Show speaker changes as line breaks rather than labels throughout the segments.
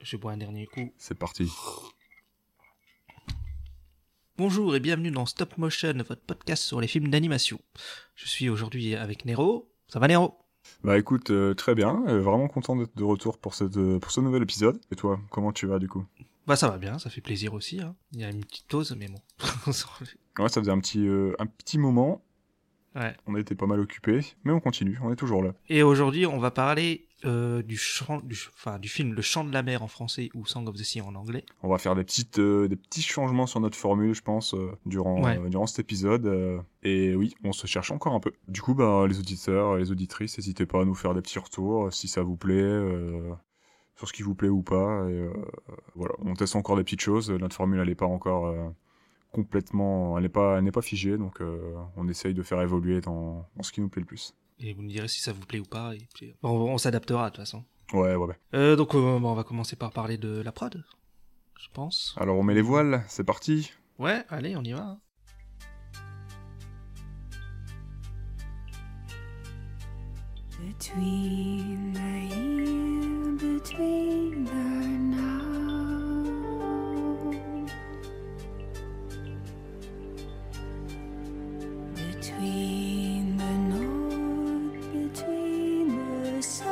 je bois un dernier coup.
C'est parti.
Bonjour et bienvenue dans Stop Motion, votre podcast sur les films d'animation. Je suis aujourd'hui avec Nero. Ça va Nero
Bah écoute, euh, très bien, euh, vraiment content d'être de retour pour, cette, euh, pour ce nouvel épisode. Et toi, comment tu vas du coup
Bah ça va bien, ça fait plaisir aussi. hein. Il y a une petite pause, mais bon. On s'en refait.
Ouais, ça faisait un petit, euh, un petit moment,
ouais.
on était pas mal occupés, mais on continue, on est toujours là.
Et aujourd'hui, on va parler euh, du, chant, du, ch- enfin, du film Le Chant de la Mer en français ou Song of the Sea en anglais.
On va faire des, petites, euh, des petits changements sur notre formule, je pense, euh, durant,
Ouais.
euh, durant cet épisode. euh, et oui, on se cherche encore un peu. Du coup, bah, les auditeurs et les auditrices, n'hésitez pas à nous faire des petits retours, euh, si ça vous plaît, euh, sur ce qui vous plaît ou pas. Et, euh, voilà, on teste encore des petites choses. Notre formule, elle n'est pas encore euh, complètement... Elle n'est pas, elle n'est pas figée, donc euh, on essaye de faire évoluer dans, dans ce qui nous plaît le plus.
Et vous me direz si ça vous plaît ou pas. et puis, euh, on, on s'adaptera de toute façon.
Ouais, ouais, ouais.
Euh, donc euh, bah, on va commencer par parler de la prod, je pense.
Alors, on met les voiles, c'est parti
Ouais, allez, on y va. hein.
Between the here, between the now, between the north, between the south,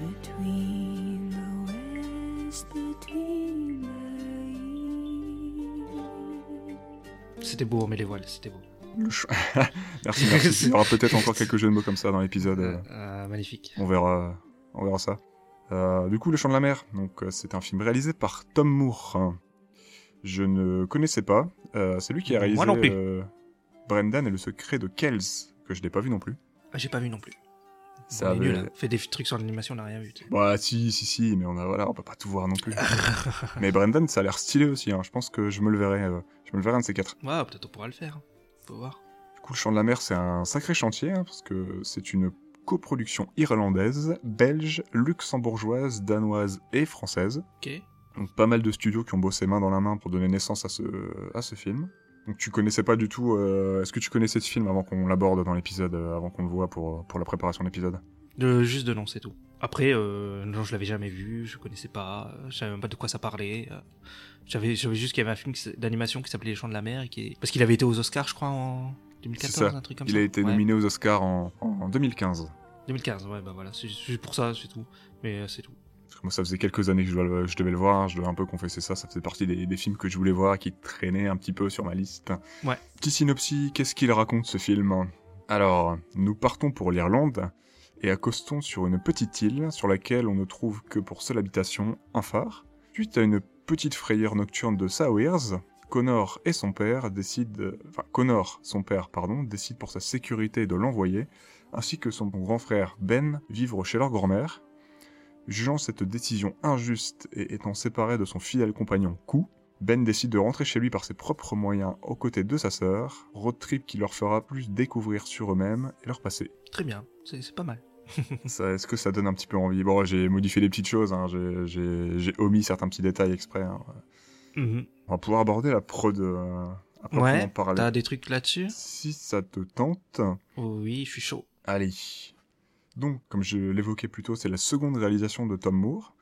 between the west, between the east.
C'était beau, on met les voiles, c'était beau.
Le ch- Merci, merci. Il y aura peut-être encore quelques jeux de mots comme ça dans l'épisode. euh,
Euh, magnifique.
On verra, on verra ça. Euh, du coup, Le Chant de la Mer, donc euh, c'est un film réalisé par Tom Moore. hein. Je ne connaissais pas. Euh, c'est lui qui
Moi
a réalisé
non plus.
euh, Brendan et le secret de Kells, que je n'ai pas vu non plus.
Ah, J'ai pas vu non plus.
Ça
on est nul,
avait-
hein. Fait des trucs sur l'animation, on n'a rien vu. tu sais.
Bah si, si, si, mais on a voilà, on peut pas tout voir non plus. mais Brendan, ça a l'air stylé aussi. hein. Je pense que je me le verrai. euh, je me le verrai un de ces quatre.
Ouais, peut-être on pourra le faire. hein. Faut voir.
Du coup, le Chant de la Mer, c'est un sacré chantier, hein, parce que c'est une coproduction irlandaise, belge, luxembourgeoise, danoise et française.
Ok.
Donc pas mal de studios qui ont bossé main dans la main pour donner naissance à ce, à ce film. Donc tu connaissais pas du tout... euh, Est-ce que tu connaissais ce film avant qu'on l'aborde dans l'épisode, euh, avant qu'on le voit pour, pour la préparation de l'épisode
De, juste de nom, c'est tout. Après, euh, non, je l'avais jamais vu, je connaissais pas, euh, je savais même pas de quoi ça parlait. euh. J'avais j'avais juste qu'il y avait un film qui s- d'animation qui s'appelait Les Chants de la Mer, et qui est- parce qu'il avait été aux Oscars, je crois, en 2014,
ça.
un truc comme
Il
ça.
a été
Ouais.
nominé aux Oscars en, en 2015.
2015, ouais, bah voilà, c'est c'est pour ça, c'est tout. Mais euh, c'est tout.
Parce que moi ça faisait quelques années que je, dois le- je devais le voir, hein. je devais un peu confesser ça, ça faisait partie des, des films que je voulais voir, qui traînaient un petit peu sur ma liste.
Ouais.
Petit synopsis, qu'est-ce qu'il raconte ce film Alors, nous partons pour l'Irlande et accostons sur une petite île sur laquelle on ne trouve que pour seule habitation un phare. Suite à une petite frayeur nocturne de Sawyers, Connor et son père décident, enfin Connor, son père pardon, décide pour sa sécurité de l'envoyer, ainsi que son grand frère Ben vivre chez leur grand-mère. Jugeant cette décision injuste et étant séparé de son fidèle compagnon Kou, ben décide de rentrer chez lui par ses propres moyens aux côtés de sa sœur, road trip qui leur fera plus découvrir sur eux-mêmes et leur passé.
Très bien, c'est c'est pas mal.
Ça, Est-ce que ça donne un petit peu envie Bon, j'ai modifié des petites choses, hein, j'ai- j'ai j'ai omis certains petits détails exprès. hein.
Mhm.
On va pouvoir aborder la prod euh, à proprement
Ouais,
parler.
t'as des trucs là-dessus
Si ça te tente,
Oh Oui, je suis chaud.
Allez. Donc, comme je l'évoquais plus tôt, c'est la seconde réalisation de Tom Moore,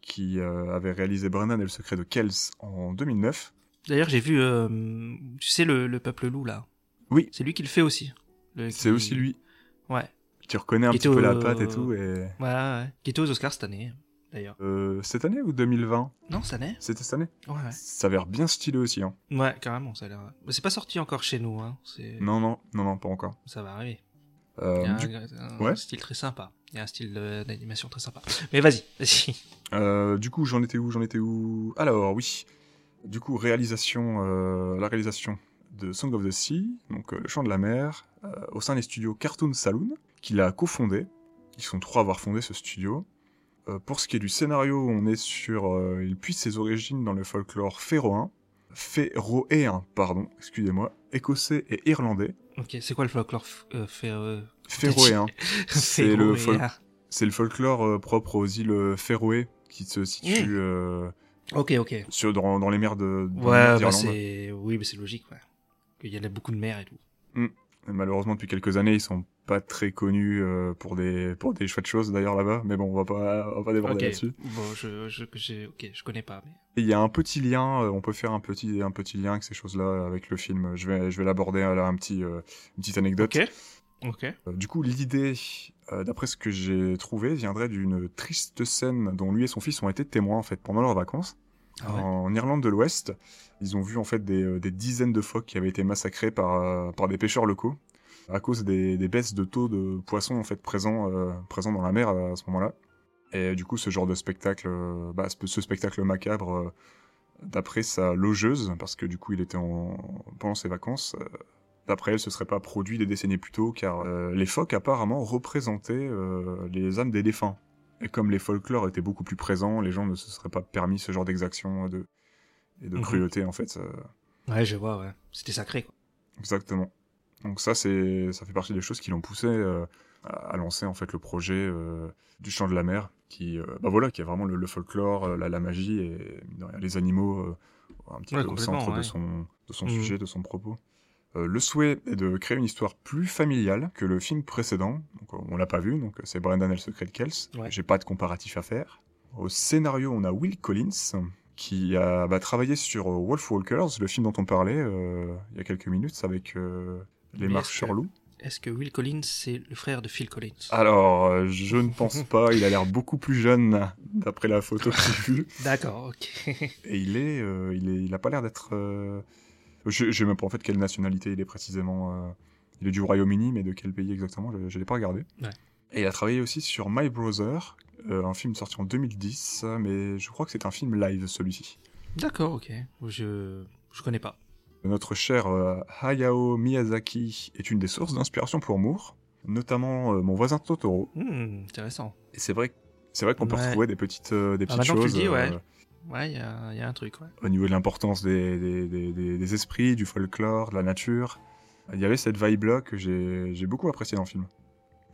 qui euh, avait réalisé Brennan et le secret de Kells en 2009.
D'ailleurs, j'ai vu, euh, tu sais, le, le peuple loup, là.
Oui.
C'est lui qui le fait aussi. Le-
C'est
qui-
aussi lui.
Ouais.
Tu reconnais un
Qui
petit
était
peu la
au-
patte et tout. Et...
Ouais, ouais, ouais. Qui était aux Oscars cette année, d'ailleurs.
Euh, cette année ou 2020
Non, cette année
C'était cette année
Ouais, ouais.
Ça a l'air bien stylé aussi. Hein.
Ouais, carrément, ça a l'air. Mais c'est pas sorti encore chez nous, hein. C'est...
Non, non, non, non, pas encore.
Ça va arriver.
Euh,
Il y a un,
du-
un
ouais.
style très sympa. Il y a un style de- d'animation très sympa. Mais vas-y, vas-y.
Euh, du coup, j'en étais où J'en étais où Alors, oui. Du coup, réalisation, euh, la réalisation de Song of the Sea, donc euh, Le Chant de la Mer, euh, au sein des studios Cartoon Saloon, qu'il a cofondé. Ils sont trois à avoir fondé ce studio. Euh, pour ce qui est du scénario, on est sur. euh, il puise ses origines dans le folklore féroïen, féroéen, pardon, excusez-moi, écossais et irlandais.
Ok, c'est quoi le folklore f- euh, fait, euh,
Féroéen, c'est le, fol-
féroéen
c'est le folklore euh, propre aux îles Féroé qui se situe euh,
Ok, ok.
sur, dans, dans les mers de. dans les mers
Ouais, bah
d'Irlande.
c'est. Oui, mais c'est logique, ouais. Qu'il y en a beaucoup de mer et tout.
Malheureusement, depuis quelques années, ils sont pas très connus euh, pour des pour des chouettes choses d'ailleurs là-bas. Mais bon, on va pas on va pas déborder
Ok.
là-dessus.
Bon, je, je, j'ai- ok, je connais pas. Mais...
Et Il y a un petit lien, euh, on peut faire un petit, un petit lien avec ces choses-là, avec le film. Je vais, je vais l'aborder euh, là, un petit, euh, une petite anecdote.
Ok. Ok.
Euh, Du coup, l'idée, euh, d'après ce que j'ai trouvé, viendrait d'une triste scène dont lui et son fils ont été témoins en fait pendant leurs vacances.
Ah ouais.
En Irlande de l'Ouest, ils ont vu en fait des, euh, des dizaines de phoques qui avaient été massacrés par, euh, par des pêcheurs locaux à cause des, des baisses de taux de poissons en fait présents, euh, présents dans la mer euh, à ce moment-là. Et euh, du coup, ce genre de spectacle, euh, bah, ce, ce spectacle macabre, euh, d'après sa logeuse, parce que du coup, il était en, pendant ses vacances, euh, d'après elle, ce serait pas produit des décennies plus tôt, car euh, les phoques apparemment représentaient euh, les âmes des défunts. Et comme les folklores étaient beaucoup plus présents, les gens ne se seraient pas permis ce genre d'exaction euh, de, et de
Mhm.
cruauté, en fait. euh,
Ouais, je vois. Ouais. C'était sacré. Quoi.
Exactement. Donc ça, c'est, ça fait partie des choses qui l'ont poussé euh, à à lancer en fait le projet euh, du chant de la mer, qui, euh, bah voilà, qui est vraiment le, le folklore, euh, la, la magie et mine de rien, les animaux euh, un petit
Ouais,
peu au
complètement,
centre de
ouais.
son, de son
Mhm.
sujet, de son propos. Euh, le souhait est de créer une histoire plus familiale que le film précédent. Donc, euh, on l'a pas vu, donc euh, c'est Brendan et le secret de Kells.
Ouais.
J'ai pas de comparatif à faire. Au scénario, on a Will Collins, qui a bah, travaillé sur euh, Wolf Walkers, le film dont on parlait euh, il y a quelques minutes avec euh, les
Mais
marcheurs
est-ce que-
loups.
Est-ce que Will Collins c'est le frère de Phil Collins
Alors, euh, je ne pense pas, il a l'air beaucoup plus jeune d'après la photo que j'ai vue.
D'accord. Ok.
Et il est, euh, il est, il a pas l'air d'être. euh, Je, je sais même pas en fait quelle nationalité il est précisément. euh, Il est du Royaume-Uni, mais de quel pays exactement Je, je l'ai pas regardé.
Ouais.
Et il a travaillé aussi sur My Brother, euh, un film sorti en 2010, mais je crois que c'est un film live celui-ci.
D'accord. Ok. Je je connais pas.
Notre cher euh, Hayao Miyazaki est une des sources d'inspiration pour Moore, notamment euh, Mon voisin Totoro.
Hmm, intéressant.
Et c'est vrai, c'est vrai qu'on peut
Ouais.
retrouver des petites, euh, des
Ah,
petites
maintenant que tu
choses.
le dis, ouais.
euh,
Ouais, il y, a y a un truc. Ouais.
au niveau de l'importance des, des, des- des- des esprits, du folklore, de la nature. Il y avait cette vibe-là que j'ai j'ai beaucoup appréciée dans le film.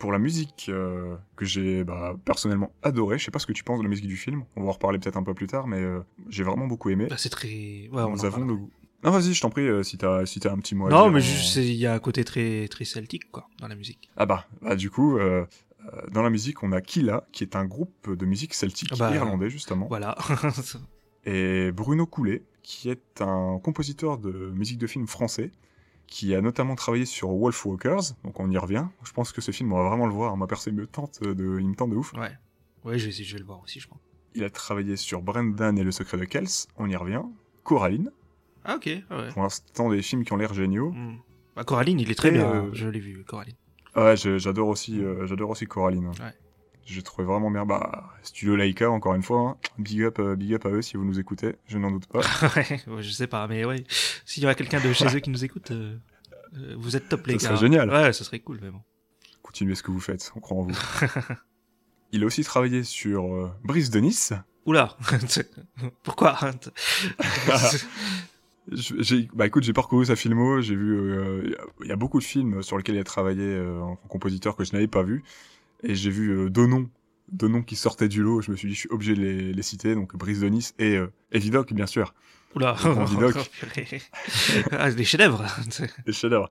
Pour la musique, euh, que j'ai bah, personnellement adorée, je sais pas ce que tu penses de la musique du film, on va en reparler peut-être un peu plus tard, mais euh, j'ai vraiment beaucoup aimé.
Bah, c'est très. Ouais, on en
Nous avons
parle.
le goût. Non, vas-y, je t'en prie, euh, si t'as si t'as un petit mot à
Non,
dire,
mais
on-
juste c'est- il y a un côté très très celtique quoi dans la musique.
Ah bah, bah, du coup, euh, euh, dans la musique, on a Kila, qui est un groupe de musique celtique
Ah bah,
irlandais, justement.
Voilà.
et Bruno Coulet, qui est un compositeur de musique de film français, qui a notamment travaillé sur Wolf Walkers, donc on y revient. Je pense que ce film, on va vraiment le voir. Moi, perso, il me tente de, il me tente de ouf.
ouais. Ouais, je vais, je vais le voir aussi, je pense.
Il a travaillé sur Brendan et le secret de Kells, on y revient. Coraline,
Ah ok. ah Ouais.
pour l'instant, des films qui ont l'air géniaux.
Hmm. Bah, Coraline, il est très
Et,
bien. hein.
euh,
Je l'ai vu, Coraline.
Ouais, je- j'adore aussi, euh, j'adore aussi Coraline.
Ouais.
J'ai trouvé vraiment bien. Bah, Studio Laika, encore une fois. hein. Big up, euh, big up à eux si vous nous écoutez. Je n'en doute pas.
ouais, ouais, je sais pas, mais ouais. S'il y a quelqu'un de chez eux qui nous écoute, euh, euh, vous êtes top les
Ça
gars.
serait génial.
Ouais, ça serait cool, mais bon.
Continuez ce que vous faites, on croit en vous. Il a aussi travaillé sur euh, Brise de Nice.
Oula. Pourquoi
Je- j'ai- bah écoute, j'ai parcouru sa filmo, j'ai vu, euh, il y a- il y, a beaucoup de films sur lesquels il a travaillé euh, en compositeur que je n'avais pas vu, et j'ai vu euh, deux noms, deux noms qui sortaient du lot. Je me suis dit, je suis obligé de les, les citer, donc Brise de Nice et, euh, et Vidocq, bien sûr,
Oula.
Le grand Vidocq.
Purée. ah, des chefs-d'œuvre.
les chefs-d'œuvre.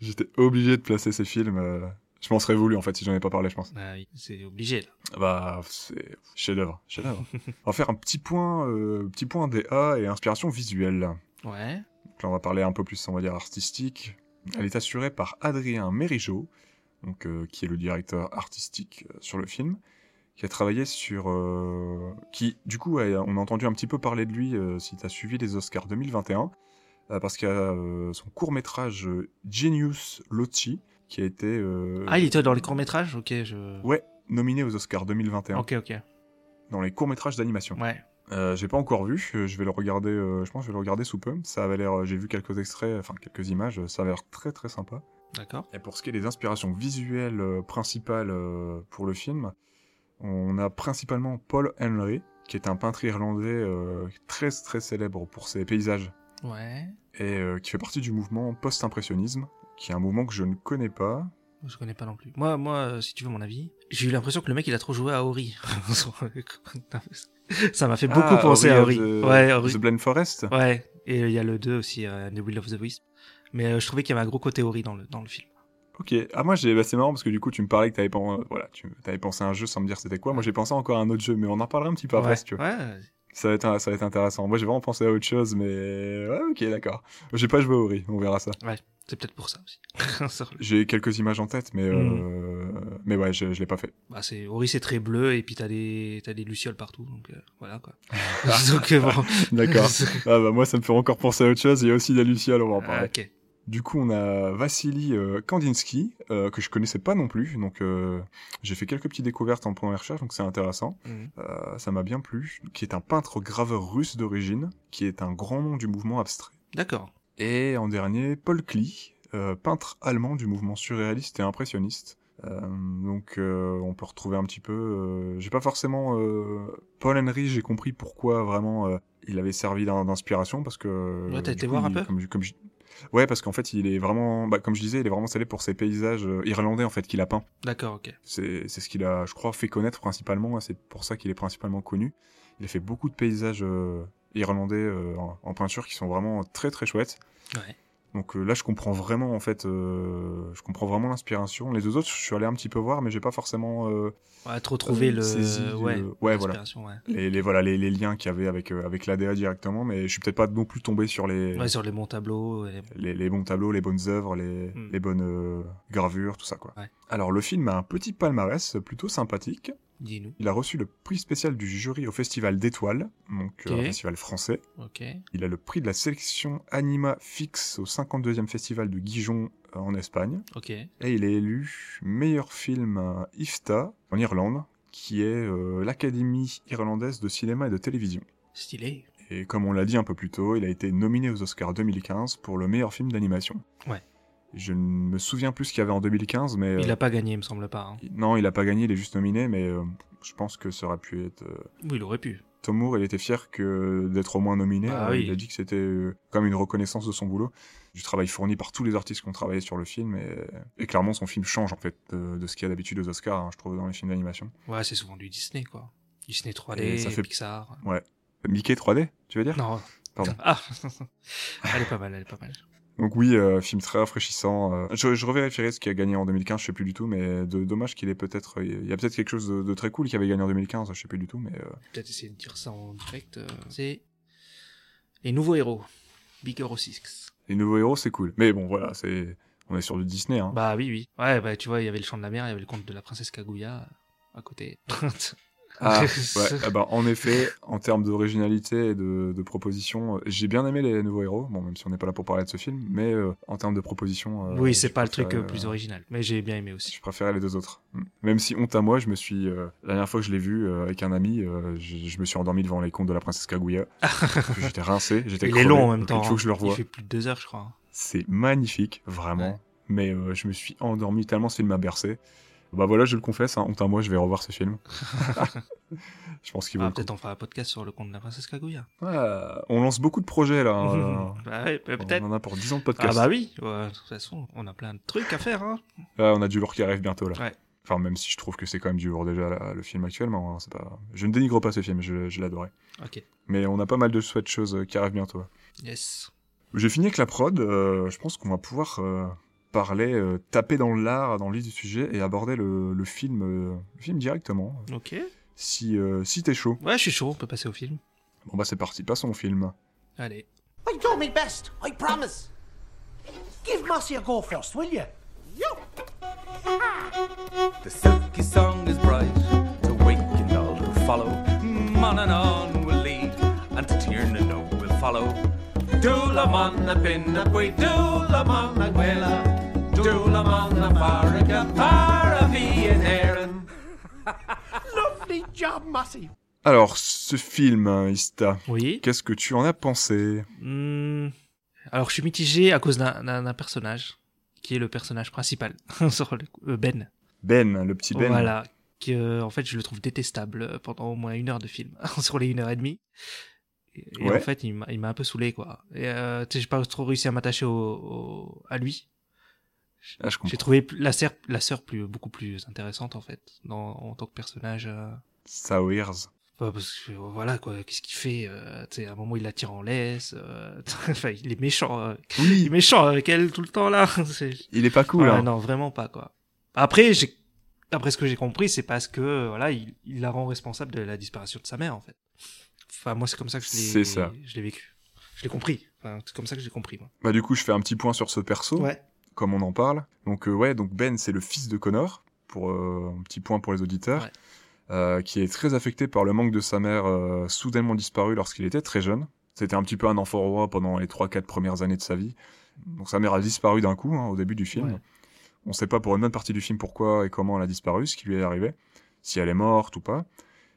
J'étais obligé de placer ces films. euh, je m'en serais voulu en fait si j'en ai pas parlé, je pense.
Ah oui, c'est obligé là.
Bah, c'est chef-d'œuvre, chef-d'œuvre. on va faire un petit point, euh, petit point DA et inspiration visuelle.
Ouais.
Donc là, on va parler un peu plus, on va dire, artistique. Elle est assurée par Adrien Mérigeau, donc, euh, qui est le directeur artistique euh, sur le film, qui a travaillé sur... euh, qui, du coup, a- on a entendu un petit peu parler de lui euh, si tu as suivi les Oscars 2021, euh, parce qu'il y a euh, son court-métrage euh, Genius Loci, qui a été... euh,
Ah, il était dans les courts-métrages Ok, je.
Ouais, hein. nominé aux Oscars 2021,
Ok, ok.
dans les courts-métrages d'animation.
Ouais.
Euh, j'ai pas encore vu, euh, je vais le regarder, euh, je pense que je vais le regarder sous peu. Ça avait l'air, euh, j'ai vu quelques extraits, enfin quelques images, euh, ça avait l'air très très sympa.
D'accord.
Et pour ce qui est des inspirations visuelles euh, principales euh, pour le film, on a principalement Paul Henry, qui est un peintre irlandais euh, très très célèbre pour ses paysages
Ouais.
et euh, qui fait partie du mouvement post-impressionnisme, qui est un mouvement que je ne connais pas.
Je connais pas non plus. Moi, moi, euh, si tu veux mon avis, j'ai eu l'impression que le mec il a trop joué à Ori. Ça m'a fait beaucoup
Ah,
penser à Ori.
of the-
Ouais, Ori.
The Blind Forest
Ouais. Et il y a le 2 aussi, euh, The euh, Will of the Wisp. Mais euh, je trouvais qu'il y avait un gros côté Ori dans le, dans le film.
Ok. Ah moi j'ai bah, c'est marrant parce que du coup tu me parlais que t'avais pensé voilà tu avais pensé à un jeu sans me dire c'était quoi. Moi j'ai pensé encore à un autre jeu mais on en reparlera un petit peu après
ouais.
si tu veux.
Ouais,
Ça va être un- ça va être intéressant. Moi j'ai vraiment pensé à autre chose mais ouais, ok d'accord. J'ai pas joué au Ori, on verra ça.
c'est peut-être pour ça aussi. Sur le-
J'ai quelques images en tête mais euh, mais ouais je, je l'ai pas fait.
bah, c'est, Ori c'est très bleu et puis t'as des, t'as des lucioles partout. Donc euh, voilà quoi. donc euh, bon.
Ah. D'accord. ah bah moi ça me fait encore penser à autre chose. Il y a aussi des lucioles on va en
Ah,
parler.
ok.
Du coup, on a Vassili euh, Kandinsky, euh, que je connaissais pas non plus, donc euh, j'ai fait quelques petites découvertes en première recherche, donc c'est intéressant.
Mhm.
Euh, ça m'a bien plu, qui est un peintre graveur russe d'origine, qui est un grand nom du mouvement abstrait.
D'accord.
Et en dernier, Paul Klee, euh, peintre allemand du mouvement surréaliste et impressionniste. Euh, donc euh, on peut retrouver un petit peu. euh, j'ai pas forcément euh, Paul Henry, j'ai compris pourquoi vraiment euh, il avait servi d'in- d'inspiration parce que. euh,
Ouais, t'as
du
été
coup,
voir un
il-
peu
comme je- comme je- Ouais, parce qu'en fait il est vraiment, bah, comme je disais, il est vraiment salé pour ses paysages euh, irlandais en fait qu'il a peint.
D'accord, ok.
C'est c'est ce qu'il a, je crois, fait connaître principalement. et C'est pour ça qu'il est principalement connu. Il a fait beaucoup de paysages euh, irlandais euh, en, en peinture qui sont vraiment très très chouettes.
Ouais.
Donc euh, là, je comprends vraiment en fait, euh, je comprends vraiment l'inspiration. Les deux autres, je suis allé un petit peu voir, mais j'ai pas forcément euh,
Ouais, trop trouver
euh,
le.
saisi,
ouais,
euh, ouais, voilà,
l'inspiration, ouais.
les, les- voilà les, les liens qu'il y avait avec euh, avec l'ADA directement. Mais je suis peut-être pas non plus tombé sur les
Ouais, sur les bons tableaux. et-
les, les bons tableaux, les bonnes œuvres, les,
Mm.
les bonnes euh, gravures, tout ça quoi.
Ouais.
Alors le film a un petit palmarès plutôt sympathique.
Dis-nous.
Il a reçu le prix spécial du jury au Festival d'Étoiles, donc
Ok.
euh, un festival français.
Ok.
Il a le prix de la sélection Anima Fix au 52e Festival de Gijon euh, en Espagne.
Ok.
Et il est élu meilleur film euh, à IFTA en Irlande, qui est euh, l'Académie irlandaise de cinéma et de télévision.
Stylé.
Et comme on l'a dit un peu plus tôt, il a été nominé aux Oscars 2015 pour le meilleur film d'animation.
Ouais.
Je ne me souviens plus ce qu'il y avait en 2015, mais... euh,
Il a pas gagné, il me semble pas. hein.
Non, il a pas gagné, il est juste nominé, mais euh, je pense que ça aurait pu être... euh,
Oui, il aurait pu.
Tom Moore, il était fier que d'être au moins nominé.
Ah
Euh,
oui.
Il a dit que c'était euh, comme une reconnaissance de son boulot, du travail fourni par tous les artistes qui ont travaillé sur le film. Et, et clairement, son film change en fait de, de ce qu'il y a d'habitude aux Oscars, hein, je trouve, dans les films d'animation.
Ouais, c'est souvent du Disney, quoi. Disney 3D,
Et ça fait-
Pixar.
Mickey 3D, tu veux dire
Non.
Pardon.
Ah, elle est pas mal, elle est pas mal.
Donc oui, euh, film très rafraîchissant. euh, je, je revérifierai ce qu'il a gagné en 2015, je sais plus du tout, mais euh, de- dommage qu'il ait peut-être... euh, Il y a peut-être quelque chose de, de très cool qu'il avait gagné en 2015, je sais plus du tout, mais... euh,
Peut-être essayer de dire ça en direct. euh, C'est les nouveaux héros. Big Hero 6.
les nouveaux héros, c'est cool. Mais bon, voilà, c'est... On est sur du Disney, hein.
Bah oui, oui. Ouais, bah tu vois, il y avait le chant de la mer, il y avait le conte de la princesse Kaguya euh, à côté.
Ah, ouais, ah bah, en effet, en termes d'originalité et de, de propositions, euh, j'ai bien aimé les nouveaux héros, bon, même si on n'est pas là pour parler de ce film, mais euh, en termes de propositions. euh,
oui, c'est
je
pas le truc
préférais,
euh, plus
euh,
original, mais j'ai bien aimé aussi.
Je préférais les deux autres. Mm. Même si, honte à moi, je me suis. euh, la dernière fois que je l'ai vu euh, avec un ami, euh, je, je me suis endormi devant les contes de la princesse Kaguya. Parce que j'étais rincé, j'étais
Il
crevé,
est long en même
donc
temps.
Il faut que
hein.
je le revoie.
Il fait plus de deux heures, je crois. hein.
C'est magnifique, vraiment.
Ouais.
Mais euh, je me suis endormi tellement ce film m'a bercé. Bah voilà, je le confesse, hein, honte à moi, je vais revoir ce film. je pense qu'il vaut
Ah,
le coup.
peut-être on fera un podcast sur le conte de la princesse Kaguya.
Ouais, on lance beaucoup de projets là. hein.
bah ouais, bah, peut-être.
on en a pour 10 ans de podcast.
Ah bah oui, ouais, de toute façon, on a plein de trucs à faire. Hein.
Là, on a du lourd qui arrive bientôt là.
Ouais.
Enfin, même si je trouve que c'est quand même du lourd déjà là, le film actuellement. hein, c'est pas... Je ne dénigre pas ce film, je, je l'adorais.
Ok,
Mais on a pas mal de chouettes choses euh, qui arrivent bientôt. là.
yes.
J'ai fini avec la prod. euh, je pense qu'on va pouvoir euh, parler, euh, taper dans l'art, dans le vif du sujet et aborder le, le film, euh, le film directement.
Ok.
Si, euh, si t'es chaud.
Ouais, je suis chaud, on peut passer au film.
Bon bah c'est parti, passons au film.
Allez.
I do my best, I promise. Give Mossy a go first, will you?
The silky song is bright to waken all who follow. Mm, On and on will lead, and to Tierna no will follow. Doolamana pinapui, doolamana guela, doolamana farica, paravi and Aaron.
Lovely job, Mossy.
Alors, ce film, hein, Ista,
Oui.
qu'est-ce que tu en as pensé
Hmm. Alors, je suis mitigé à cause d'un- d'un d'un personnage qui est le personnage principal, sur le coup, euh, Ben.
Ben, le petit Ben.
Voilà. Que, euh, en fait, je le trouve détestable euh, pendant au moins une heure de film, sur les une heure et demie. Et, et en
Ouais.
fait, il m'a il m'a un peu saoulé, quoi. Et euh, tu sais, j'ai pas trop réussi à m'attacher au- au- à lui.
Ah, je comprends.
J'ai trouvé pl- la sœur, la sœur plus, beaucoup plus intéressante en fait, dans, en tant que personnage. euh.
Sawyers.
Enfin, parce que, euh, voilà, quoi, qu'est-ce qu'il fait euh, Tu sais, à un moment, il la tire en laisse. euh, enfin, il est méchant. euh, il est
Oui,
méchant avec elle tout le temps, là. C'est-
il est pas cool.
Ouais,
hein.
Ah, non, vraiment pas, quoi. Après, j'ai... Après ce que j'ai compris, c'est parce que voilà, il, il la rend responsable de la disparition de sa mère, en fait. Enfin, moi, c'est comme ça que je l'ai,
C'est ça.
Je l'ai vécu. Je l'ai compris. Enfin, c'est comme ça que j'ai compris, moi.
Bah du coup, je fais un petit point sur ce perso, comme on en parle. Donc euh, ouais, donc Ben, c'est le fils de Connor, pour euh, un petit point pour les auditeurs,
Ouais.
euh, qui est très affecté par le manque de sa mère euh, soudainement disparue lorsqu'il était très jeune. C'était un petit peu un enfant roi pendant les 3-4 premières années de sa vie. Donc sa mère a disparu d'un coup, hein, au début du film.
Ouais.
On ne sait pas pour une bonne partie du film pourquoi et comment elle a disparu, ce qui lui est arrivé, si elle est morte ou pas.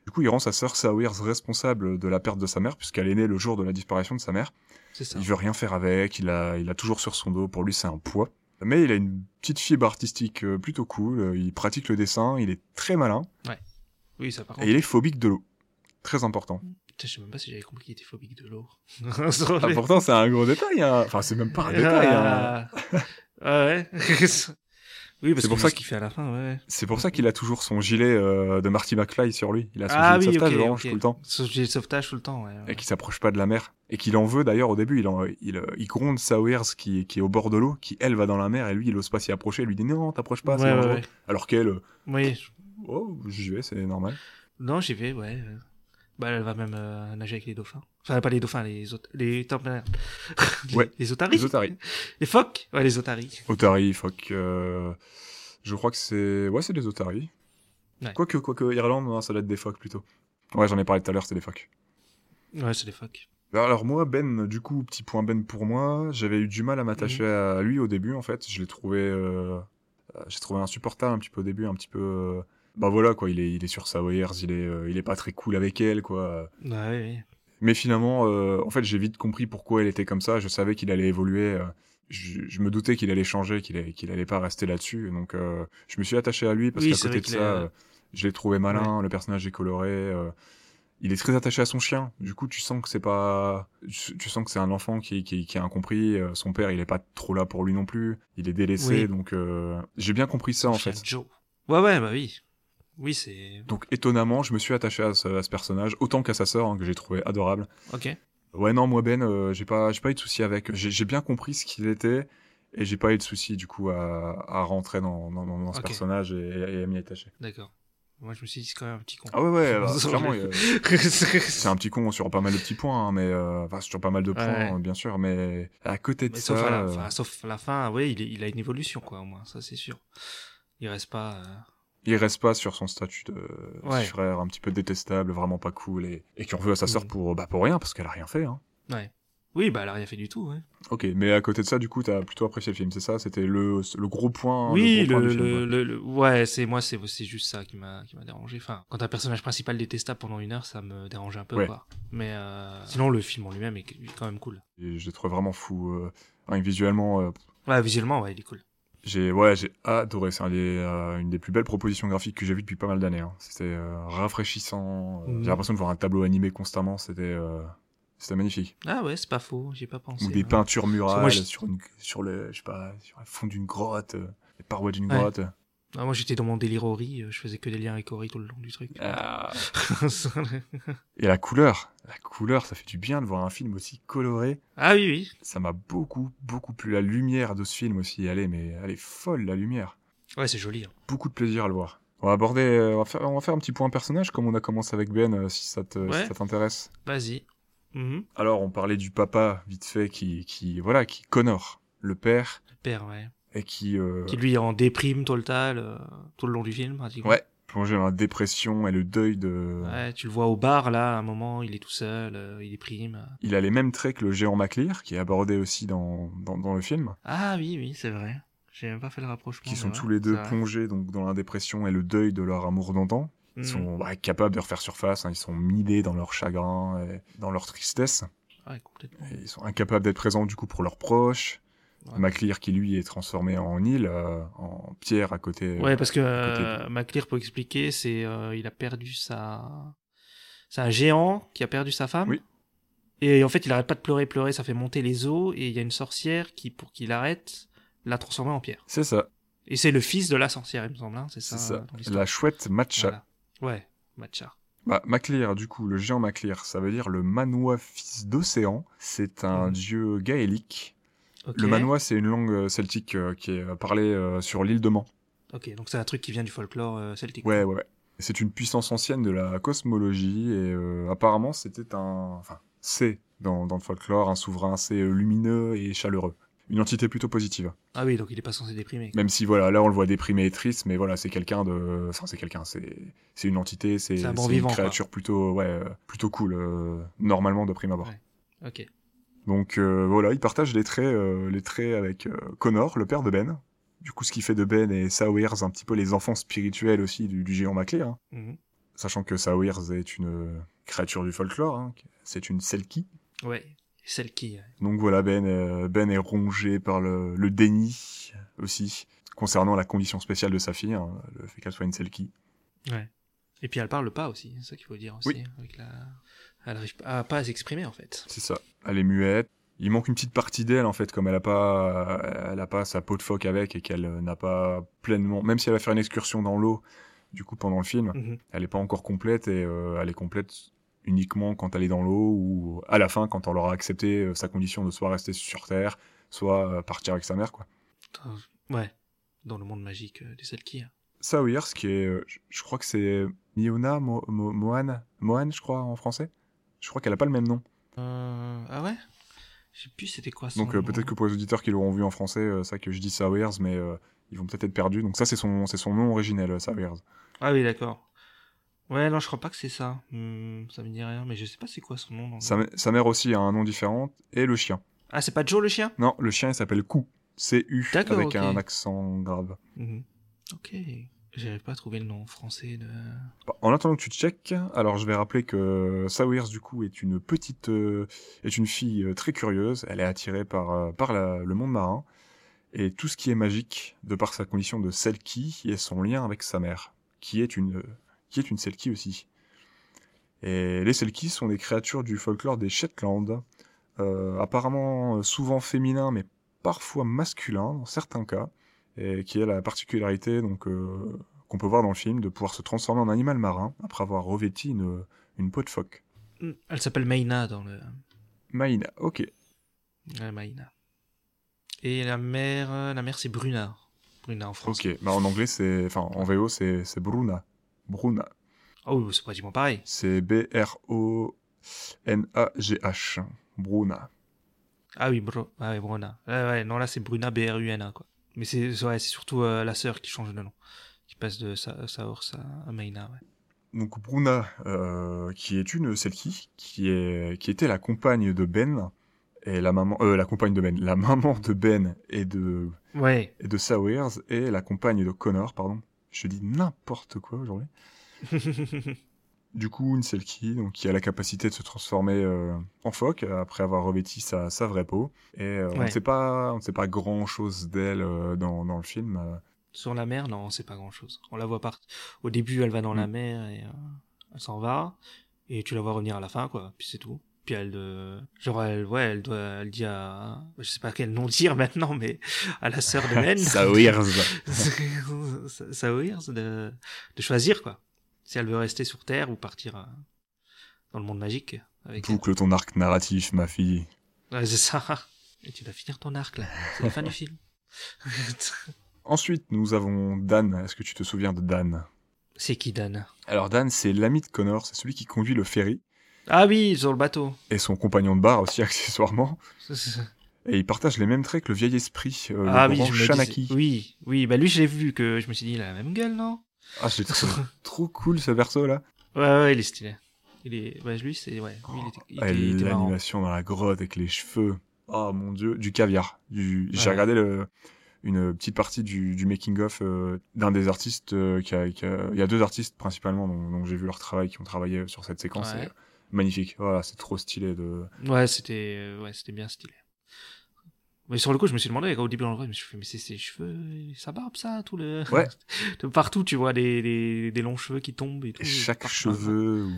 Du coup, il rend sa sœur Sawyers responsable de la perte de sa mère, puisqu'elle est née le jour de la disparition de sa mère.
C'est ça.
Il veut rien faire avec, il a, il a toujours sur son dos, pour lui c'est un poids. Mais il a une petite fibre artistique euh, plutôt cool, euh, il pratique le dessin, il est très malin,
Oui, ça, par contre.
et il est phobique de l'eau. Très important.
Putain, je sais même pas si j'avais compris qu'il était phobique de l'eau.
Ah, pourtant c'est un gros détail, hein. enfin c'est même pas un détail. hein.
Euh, Ah, ouais. oui, parce
C'est
que
pour
pour
ça
ça qu'il fait à la fin, ouais.
C'est pour ça qu'il a toujours son gilet euh, de Marty McFly sur lui, il a son
Ah oui,
gilet
ok.
de sauvetage orange
ok.
tout le temps.
Son gilet de sauvetage tout le temps, ouais. ouais.
Et qui s'approche pas de la mer. Et qu'il en veut d'ailleurs au début, il, en, il, euh, il gronde Sawyers qui, qui est au bord de l'eau, qui elle va dans la mer et lui il ose pas s'y approcher, il lui dit non t'approches pas, c'est
Ouais, ouais,
dangereux.
ouais.
Alors qu'elle, euh,
Oui, je-
oh j'y vais, c'est normal.
Non, j'y vais, ouais. euh. Bah, elle va même euh, nager avec les dauphins. Enfin, pas les dauphins, les ot- les torpères. les,
Ouais.
les otaries.
Les otaries.
Les phoques. Ouais, les otaries.
Otari, fuck. euh, je crois que c'est. Ouais, c'est des Otari.
Ouais.
Quoique, quoique, Irlande, non, ça doit être des phoques plutôt. Ouais, j'en ai parlé tout à l'heure, c'est des phoques.
Ouais, c'est des phoques.
Alors, moi, Ben, du coup, petit point Ben pour moi, j'avais eu du mal à m'attacher à lui au début, en fait. Je l'ai trouvé. euh, euh, J'ai trouvé insupportable un petit peu au début, un petit peu. euh, Bah voilà, quoi, il est, il est sur Sawyers, il est, euh, il est pas très cool avec elle, quoi.
Ouais, ouais.
Mais finalement, euh, en fait, j'ai vite compris pourquoi elle était comme ça. Je savais qu'il allait évoluer. euh, je, je me doutais qu'il allait changer, qu'il allait, qu'il allait pas rester là-dessus. Donc, euh, je me suis attaché à lui parce
Oui,
qu'à
c'est vrai
côté de
qu'il
ça,
est-
euh, je l'ai trouvé malin. Le personnage est coloré. euh, il est très attaché à son chien. Du coup, tu sens que c'est pas, tu, tu sens que c'est un enfant qui, qui, qui est incompris. euh, son père, il est pas trop là pour lui non plus. Il est délaissé.
Oui.
Donc, euh, j'ai bien compris ça en
Chien
fait.
Joe. Ouais, ouais, bah oui. Oui, c'est.
Donc, étonnamment, je me suis attaché à ce, à ce personnage autant qu'à sa sœur hein, que j'ai trouvé adorable.
Ok.
Ouais, non, moi, Ben, euh, j'ai pas, j'ai pas eu de soucis avec. J'ai j'ai bien compris ce qu'il était et j'ai pas eu de soucis, du coup, à, à rentrer dans, dans, dans, dans ce
Ok.
personnage et, et à m'y attacher.
D'accord. Moi, je me suis dit, c'est quand même un petit con.
Ah ouais, ouais, euh,
Désolé.
clairement, il y a- c'est un petit con sur pas mal de petits points, hein, mais euh, enfin, sur pas mal de points,
Ouais.
euh, bien sûr, mais à côté de
Mais
ça.
sauf, à la,
euh,
enfin, sauf à la fin, ouais, il, est- il a une évolution, quoi, au moins, ça, c'est sûr. Il reste pas. euh,
il reste pas sur son statut de de
Ouais.
frère un petit peu détestable, vraiment pas cool, et, et qui en veut à sa sœur
Mhm.
pour, bah, pour rien, parce qu'elle a rien fait. Hein.
Ouais. Oui, bah, elle a rien fait du tout, ouais.
Ok, mais à côté de ça, du coup, t'as plutôt apprécié le film, c'est ça C'était le, le gros point.
Oui, le,
gros point
le,
du film, ouais.
le- le- ouais, c'est moi, c'est c'est juste ça qui m'a qui m'a dérangé. Enfin, quand un personnage principal détestable pendant une heure, ça me dérange un peu,
Ouais.
quoi. Mais euh, sinon, le film en lui-même est est quand même cool.
Et je le trouve vraiment fou. euh, rien que visuellement, euh,
Ouais, visuellement, ouais, il est cool.
j'ai ouais, j'ai adoré. C'est un des, euh, une des plus belles propositions graphiques que j'ai vues depuis pas mal d'années. hein. C'était euh, rafraîchissant. euh,
Mm.
J'ai l'impression de voir un tableau animé constamment. C'était euh, c'était magnifique.
Ah ouais, c'est pas faux, j'y ai pas pensé. hein.
Ou des
ouais.
peintures murales
Parce que moi, je-
sur, une, sur le je sais pas, sur le fond d'une grotte, euh, les parois d'une
Ouais.
grotte.
Ah, moi, j'étais dans mon délire Ori, euh, je faisais que des liens avec Ori tout le long du truc.
Ah.
ah
Et la couleur, la couleur, ça fait du bien de voir un film aussi coloré.
Ah oui, oui.
Ça m'a beaucoup, beaucoup plu. La lumière de ce film aussi, elle est, mais elle est folle, la lumière.
Ouais, c'est joli. hein.
beaucoup de plaisir à le voir. On va aborder, euh, on va faire, on va faire un petit point personnage comme on a commencé avec Ben, euh, si ça te-
Ouais.
si ça t'intéresse.
Vas-y. Mhm.
Alors on parlait du papa vite fait qui, qui voilà, qui Connor, le père
Le père, ouais.
et qui, euh,
Qui lui est en déprime totale euh, tout le long du film, pratiquement.
ouais, plongé dans la dépression et le deuil de.
Ouais, tu le vois au bar, là, à un moment, il est tout seul, euh, il est prime.
Il a les mêmes traits que le géant MacLear qui est abordé aussi dans, dans, dans le film,
Ah oui, oui, c'est vrai. J'ai même pas fait le rapprochement.
qui
mais
sont
ouais,
tous les deux
c'est vrai.
plongés donc dans la dépression et le deuil de leur amour d'antan.
Mm.
Ils sont bah, capables de refaire surface, hein, ils sont minés dans leur chagrin, et dans leur tristesse.
Ouais, complètement.
Et ils sont incapables d'être présents du coup pour leurs proches.
Ouais.
MacLear qui lui est transformé en île, euh, en pierre à côté.
Ouais, parce que
à côté
euh, McLear, pour expliquer, c'est euh, il a perdu sa. C'est un géant qui a perdu sa femme.
Oui.
Et en fait, il arrête pas de pleurer, pleurer, ça fait monter les eaux, et il y a une sorcière qui, pour qu'il arrête, l'a transformé en pierre.
C'est ça,
Et c'est le fils de la sorcière, il me semble, hein, c'est ça.
c'est ça.
euh, dans l'histoire.
La chouette Matcha.
Voilà. Ouais, Matcha.
Bah, Maclear, du coup, le géant Maclear, ça veut dire le manois fils d'océan. C'est un
Mhm.
dieu gaélique.
Ok.
Le manois, c'est une langue euh, celtique euh, qui est euh, parlée euh, sur l'île de Man.
Ok, donc c'est un truc qui vient du folklore euh, celtique.
Ouais, ouais, ouais. C'est une puissance ancienne de la cosmologie et euh, apparemment c'était un. Enfin, c'est dans, dans le folklore un souverain assez euh, lumineux et chaleureux. Une entité plutôt positive.
Ah oui, donc il est pas censé déprimer.
Même si voilà, là on le voit déprimé et triste, mais voilà, c'est quelqu'un de. Enfin, c'est quelqu'un, c'est c'est une entité, c'est
C'est un bon
c'est une
vivant, quoi.
créature plutôt, ouais, euh, plutôt cool, euh, normalement de prime abord.
Ouais. Ok.
Donc euh, voilà, il partage les traits, euh, les traits avec euh, Connor, le père de Ben. Du coup, ce qui fait de Ben et Sawyers un petit peu les enfants spirituels aussi du, du géant Maclé. hein.
Mhm.
Sachant que Sawyers est une euh, créature du folklore, hein, c'est une Selkie.
Ouais, celle qui. ouais.
Donc voilà, Ben, euh, ben est rongé par le, le déni aussi, concernant la condition spéciale de sa fille, hein, le fait qu'elle soit une Selkie.
Et puis elle parle pas aussi, c'est ça qu'il faut dire aussi.
Oui.
avec la- Elle arrive pas à, pas à s'exprimer en fait.
C'est ça. Elle est muette. Il manque une petite partie d'elle en fait, comme elle a pas, elle a pas sa peau de phoque avec et qu'elle euh, n'a pas pleinement. Même si elle va faire une excursion dans l'eau, du coup pendant le film,
Mhm.
elle est pas encore complète et euh, elle est complète uniquement quand elle est dans l'eau ou à la fin quand on l'aura accepté euh, sa condition de soit rester sur terre, soit euh, partir avec sa mère quoi.
Dans- Ouais, dans le monde magique euh, des Selkies. hein.
Sawyers qui est, euh, je- je crois que c'est Miona Mo- Mo- Mohan, Mohan je crois en français. Je crois qu'elle a pas le même nom.
Euh, Ah ouais Je sais plus c'était quoi son
Donc euh,
nom.
peut-être que pour les auditeurs qui l'auront vu en français, euh, c'est ça que je dis Sawyers, mais euh, ils vont peut-être être perdus. Donc ça, c'est son, c'est son nom originel, euh, Sawyers.
Ah oui, d'accord. Ouais, non, je crois pas que c'est ça. Hmm, ça me dit rien, mais je sais pas c'est quoi son nom. dans-
Sa, sa mère aussi a un nom différent, et le chien.
Ah, c'est pas Joe le chien
Non, le chien, il s'appelle Kou. C-U,
D'accord,
avec
ok.
un accent grave.
Mhm. Ok. J'arrive pas à trouver le nom français de.
Bah, En attendant que tu checkes, alors je vais rappeler que Sawyers, du coup, est une petite... euh, est une fille euh, très curieuse. Elle est attirée par, euh, par la- le monde marin, et tout ce qui est magique, de par sa condition de Selkie, et son lien avec sa mère, qui est une... euh, qui est une Selkie aussi. Et les Selkies sont des créatures du folklore des Shetland, euh, apparemment euh, souvent féminins, mais parfois masculins dans certains cas, et qui a la particularité donc euh, qu'on peut voir dans le film de pouvoir se transformer en animal marin après avoir revêti une, une peau de phoque.
Hmm, Elle s'appelle Maina dans le.
Maïna, ok.
Ouais, Maïna. Et la mère, euh, la mère c'est Bruna. Bruna en France.
Ok, bah en anglais c'est, enfin en VO c'est c'est Bruna, Bruna,
Ah oui, c'est pratiquement pareil.
c'est B R O N A G H, Bruna.
Ah oui, bro... ah, oui Bruna. Ouais, ouais, non, là c'est Bruna B-R-U-N-A quoi. Mais c'est ouais, c'est surtout euh, la sœur qui change de nom. Qui passe de Sa- Saors à, à Maina, ouais.
Donc Bruna, euh, qui est une Selkie, qui est qui était la compagne de Ben et la maman, euh, la compagne de Ben, la maman de Ben et de
Ouais,
et de Sawyers et la compagne de Connor, pardon. Je dis n'importe quoi aujourd'hui. du coup, une Selkie, donc qui a la capacité de se transformer euh, en phoque euh, après avoir revêti sa, sa vraie peau. Et euh, on
Ouais.
ne sait pas, on ne sait pas grand chose d'elle euh, dans, dans le film. euh.
Sur la mer, non, c'est pas grand chose. On la voit part. Au début, elle va dans la
Mm.
mer et euh, elle s'en va. Et tu la vois revenir à la fin, quoi. Puis c'est tout. Puis elle, euh, genre, elle, ouais, elle doit, elle dit à, je sais pas quel nom dire maintenant, mais à la sœur de Men. Sa- Sawyers de, de choisir, quoi. Si elle veut rester sur Terre ou partir euh, dans le monde magique avec elle.
Boucle ton arc narratif, ma fille.
Ouais, c'est ça. Et tu dois finir ton arc, là. C'est la fin du film.
Ensuite, nous avons Dan. Est-ce que tu te souviens de Dan
c'est qui, Dan?
Alors Dan, c'est l'ami de Connor, c'est celui qui conduit le ferry
Ah oui, sur le bateau.
et son compagnon de bar aussi accessoirement. Et ils partagent les mêmes traits que le vieil esprit, euh,
Ah
le
oui,
grand
je me
Shanaki.
disais- oui, oui, bah lui je l'ai vu que je me suis dit il a la même gueule non
Ah, c'est trop, trop cool ce perso là.
Ouais ouais il est stylé. Il est, bah lui c'est ouais, lui, il était, il
Ah,
était- il était marrant.
L'animation dans la grotte avec les cheveux. Oh mon dieu, du caviar. Du... J'ai
Ouais.
regardé le- une petite partie du, du making of euh, d'un des artistes euh, qui a, qui a- Il y a deux artistes principalement dont, dont j'ai vu leur travail qui ont travaillé sur cette séquence.
Ouais.
C'est magnifique. Voilà, c'est trop stylé de.
Ouais c'était euh, ouais c'était bien stylé. Mais sur le coup je me suis demandé quand au début on le voit, je me suis fait mais c'est ses cheveux, sa barbe ça tout le.
Ouais.
de partout tu vois des, des, des longs cheveux qui tombent et tout.
Et chaque
Partout.
cheveu ou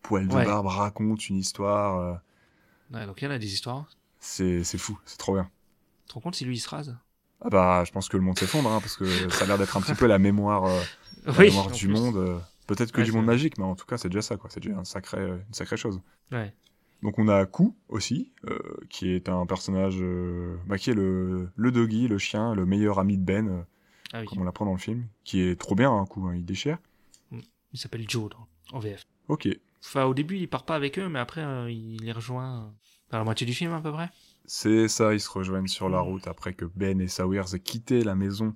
poil de
Ouais.
barbe raconte une histoire. euh,
Ouais, donc il y en a des histoires.
C'est c'est fou, c'est trop bien.
Tu te rends compte si lui il se rase
Ah bah, je pense que le monde s'effondre hein, parce que ça a l'air d'être un petit peu la mémoire, euh, la mémoire
en
du
plus.
monde. euh, Peut-être que
Ouais,
du
c'est
monde
vrai.
magique, mais en tout cas, c'est déjà ça, quoi. C'est déjà un sacré, euh, une sacrée chose.
Ouais.
Donc on a Kou aussi, euh, qui est un personnage euh, bah, qui est le, le doggy, le chien, le meilleur ami de Ben, euh,
Ah oui.
comme on l'apprend dans le film, qui est trop bien, un coup, il déchire.
Il s'appelle Joe dans- en VF.
Ok,
Enfin, au début, il part pas avec eux, mais après, euh, il les rejoint à la moitié du film, à peu près.
c'est ça, ils se rejoignent sur la route après que Ben et Sawyers aient quitté la maison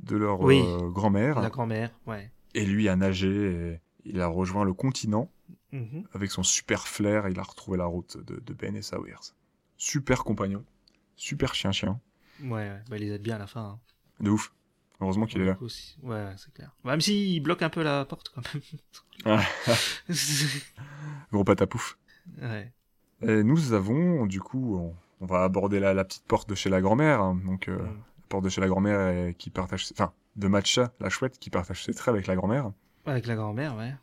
de leur
Oui.
euh, grand-mère,
La grand-mère, ouais.
et lui a nagé, et il a rejoint le continent,
Mhm.
avec son super flair, il a retrouvé la route de, de Ben et Sawyers. Super compagnon, super chien-chien,
Ouais, ouais. Bah, il les aide bien à la fin. hein.
de ouf. Heureusement qu'il est
Du
là.
coup, si- Ouais, ouais, c'est clair. Bah, Même s'il bloque un peu la porte, quand même.
Gros patapouf.
ouais.
Et nous avons, du coup, on, on va aborder la, la petite porte de chez la grand-mère. hein. Donc, euh,
Mm.
la porte de chez la grand-mère euh, qui partage, enfin, de Matcha, la chouette, qui partage ses traits avec la grand-mère.
Avec la grand-mère, ouais.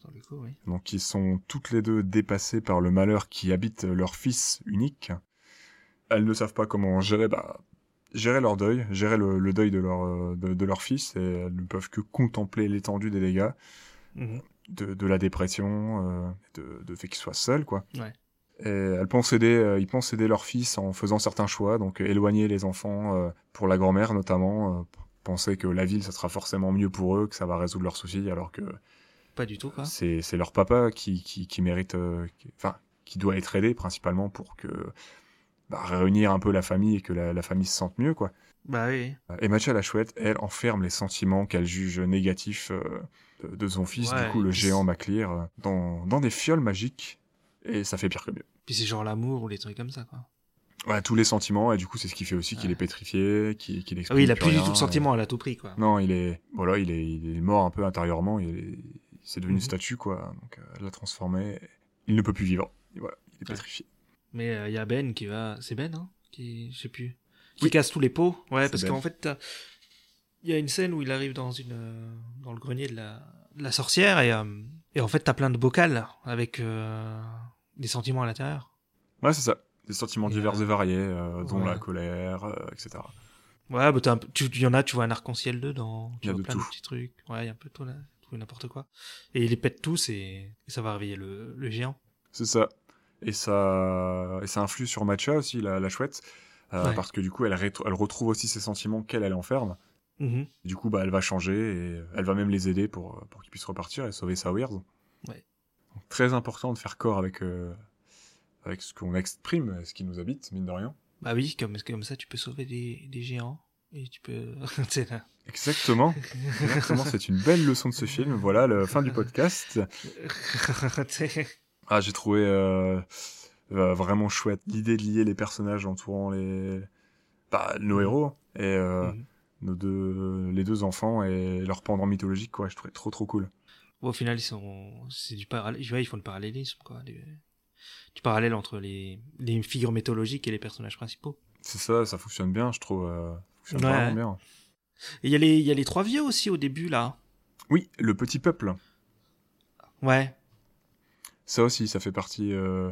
Sur le coup, oui.
Donc, ils sont toutes les deux dépassées par le malheur qui habite leur fils unique. Elles ne savent pas comment gérer, bah, gérer leur deuil, gérer le, le deuil de leur, euh, de, de leur fils, et elles ne peuvent que contempler l'étendue des dégâts,
Mhm.
de, de la dépression, euh, de, de fait qu'il soit seul, quoi.
Ouais.
Et elle pense aider, euh, ils pensent aider leur fils en faisant certains choix, donc euh, éloigner les enfants euh, pour la grand-mère notamment, euh, p- penser que la ville ça sera forcément mieux pour eux, que ça va résoudre leurs soucis, alors que
Pas du tout, quoi.
c'est c'est leur papa qui, qui, qui mérite, euh, qui- enfin qui doit être aidé principalement pour que bah, réunir un peu la famille et que la, la famille se sente mieux quoi.
Bah oui.
Et Matcha la chouette, elle enferme les sentiments qu'elle juge négatifs euh, de- de son fils,
Ouais,
du coup le
et puis
géant
c'est-
MacLear, euh, dans, dans des fioles magiques, et ça fait pire que mieux.
Puis c'est genre l'amour ou les trucs comme ça, quoi.
Ouais, tous les sentiments, et du coup, c'est ce qui fait aussi qu'il
Ouais.
est pétrifié, qu'il qu'il
Ah
explique.
oui, il a
plus
plus du
rien,
tout le sentiment, elle a tout pris, quoi.
et- Non, il est, voilà, il est, il est mort un peu intérieurement, il est, c'est devenu une
Mhm.
statue, quoi. Donc, euh, elle l'a transformé, il ne peut plus vivre. Et voilà, il est
Ouais.
pétrifié.
Mais il y a Ben qui va. C'est Ben, hein Qui. Je sais plus. Qui
Oui.
casse tous les pots. Ouais,
C'est
parce
Ben.
qu'en fait, euh, il y a une scène où il arrive dans une. euh, Dans le grenier de la, de la sorcière et. euh, Et en fait, t'as plein de bocals avec. euh, Des sentiments à l'intérieur.
Ouais, c'est ça. Des sentiments
Et,
divers
euh,
et variés, euh, dont
voilà.
la colère, euh, etc.
Ouais, bah t'as un peu- tu il y en a, tu vois un arc-en-ciel dedans, tu
Y a
vois
de
plein de
tout.
petits trucs. Ouais, il y a un peu de tout là, tout et n'importe quoi. Et il les pète tous et, et ça va réveiller le, le géant.
C'est ça. Et ça, et ça influe sur Matcha aussi, la, la chouette, euh,
Ouais.
parce que du coup, elle, rétro- elle retrouve aussi ses sentiments qu'elle, elle enferme.
Mhm.
Et du coup, bah, elle va changer et elle va même les aider pour, euh, pour qu'ils puissent repartir et sauver Sawyers.
Ouais.
Donc, très important de faire corps avec, euh, avec ce qu'on exprime, euh, ce qui nous habite, mine de rien.
Bah oui, comme, comme ça tu peux sauver des, des géants et tu peux. T'sais, là.
Exactement. Exactement. C'est une belle leçon de ce film. Voilà, la fin du podcast.
T'sais.
Ah, j'ai trouvé euh, euh, vraiment chouette l'idée de lier les personnages entourant les, bah, nos héros et euh,
Mhm.
nos deux, les deux enfants et leur pendant mythologique, quoi. Je trouvais trop, trop cool.
Au final, ils sont. C'est du parallèle. Ouais, ils font le parallélisme, quoi. Du, du parallèle entre les, les figures mythologiques et les personnages principaux.
C'est ça, ça fonctionne bien, je trouve. euh, ça fonctionne
Ouais.
vraiment bien.
Et il y, a les- il y a les trois vieux aussi au début, là.
Oui, le petit peuple.
Ouais.
Ça aussi, ça fait partie, euh,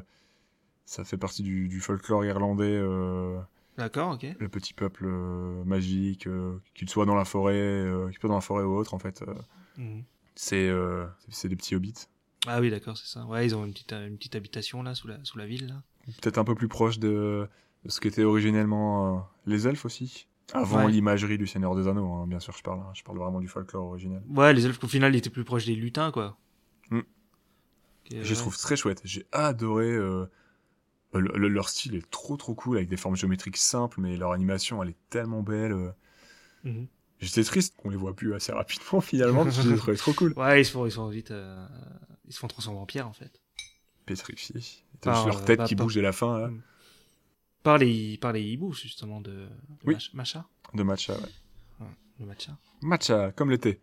ça fait partie du, du folklore irlandais. euh,
D'accord, ok.
le petit peuple euh, magique, euh, qu'il soit dans la forêt, euh, qu'il soit dans la forêt ou autre, en fait, euh,
Mhm.
c'est euh, c'est des petits hobbits.
Ah oui, d'accord, c'est ça. Ouais, ils ont une petite, euh, une petite habitation là, sous la, sous la ville. Là.
Peut-être un peu plus proche de, de ce qu'étaient originellement euh, les elfes aussi. Avant
Ouais.
l'imagerie du Seigneur des Anneaux, hein, bien sûr, je parle, hein, je parle vraiment du folklore original.
Ouais, les elfes, au final, ils étaient plus proches des lutins, quoi.
Mm.
Que-
Je les
ouais.
trouve très chouette. J'ai adoré. euh, le- le- leur style est trop trop cool avec des formes géométriques simples, mais leur animation elle est tellement belle. euh.
Mhm.
J'étais triste qu'on les voit plus assez rapidement finalement, parce que je les trouvais trop cool.
Ouais, ils se font, ils se font vite. euh, Ils se font transformer en pierre, en fait.
Pétrifié. T'as
Par,
juste
euh,
leur tête
bah,
qui
par-
bouge de la fin là,
Mm. Par les, par les hiboux, justement, de, de
Oui.
Mach- Macha.
de matcha. ouais.
Le Macha.
Matcha, comme le thé.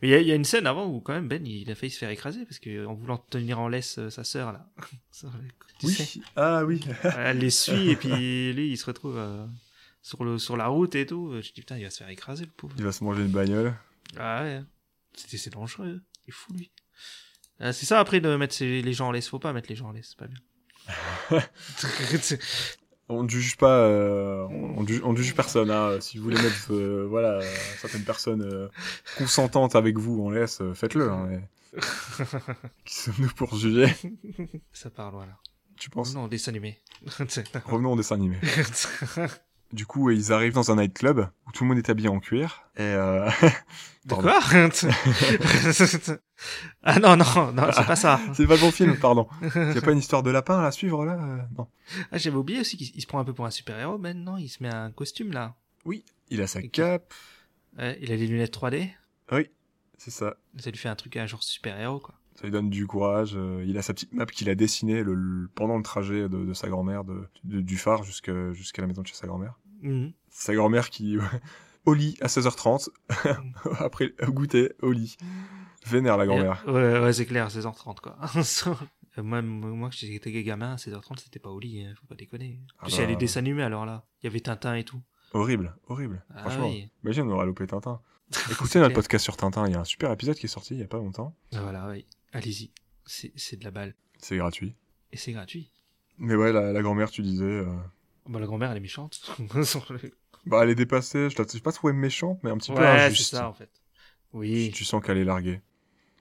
Mais il y a- il y, a une scène avant où, quand même, Ben, il a failli se faire écraser parce que en voulant tenir en laisse euh, sa sœur, là. Ça, tu sais.
Ah oui.
Elle les suit et puis lui, il se retrouve euh, sur, le, sur la route et tout. Je dis, putain, il va se faire écraser, le pauvre.
Il va se manger une bagnole.
Ah ouais. C'est c'est dangereux. hein. Il est fou, lui. Ah, c'est ça, après, de mettre ses- les gens en laisse. Faut pas mettre les gens en laisse. C'est pas bien.
On ne juge pas, euh, on, on juge, on juge personne. hein. Si vous voulez mettre euh, voilà, euh, certaines personnes euh, consentantes avec vous en laisse, euh, faites-le. hein, mais- Qui sommes-nous pour juger
Ça parle, voilà.
Tu penses
Non, dessin animé.
Revenons au dessin animé. Du coup, ils arrivent dans un nightclub où tout le monde est habillé en cuir. Et euh, Pardon.
D'accord Ah non, non, non, c'est pas ça.
c'est pas le bon film, pardon. Il y a pas une histoire de lapin à la suivre là euh, Non.
Ah, j'avais oublié aussi qu'il il se prend un peu pour un super-héros maintenant, il se met un costume là.
Il a sa
Ok.
cape.
Ouais, il a les lunettes 3D,
Oui, c'est ça.
ça lui fait un truc à un genre super-héros quoi.
Ça lui donne du courage. euh, il a sa petite map qu'il a dessinée le, le- pendant le trajet de, de sa grand-mère, de, de- du phare jusqu'à jusqu'à la maison de chez sa grand-mère.
Mhm.
Sa grand-mère qui, au lit à 16h30, après le goûter, au lit. Vénère la grand-mère.
Et- Ouais, ouais, c'est clair, 16h30 quoi. Euh, moi, moi, quand j'étais gamin, 16h30 c'était pas au lit, hein, faut pas déconner. En
Ah
plus, il y a
bah.
les dessins animés alors là, il y avait Tintin et tout.
Horrible, horrible.
Ah
Franchement,
oui.
imagine, on aurait loupé Tintin. Écoutez
C'est
notre
clair.
podcast sur Tintin, il y a un super épisode qui est sorti il y a pas longtemps.
Ah, Voilà, oui. Allez-y, c'est c'est de la balle.
C'est gratuit.
Et c'est gratuit.
Mais ouais, la, la grand-mère, tu disais... euh,
Bah, la grand-mère elle est méchante.
Bah, elle est dépassée, je la trouve pas trouvé méchante, mais un petit peu
ouais, c'est
injuste.
ça en fait.
Tu-
Oui.
Tu sens qu'elle est larguée.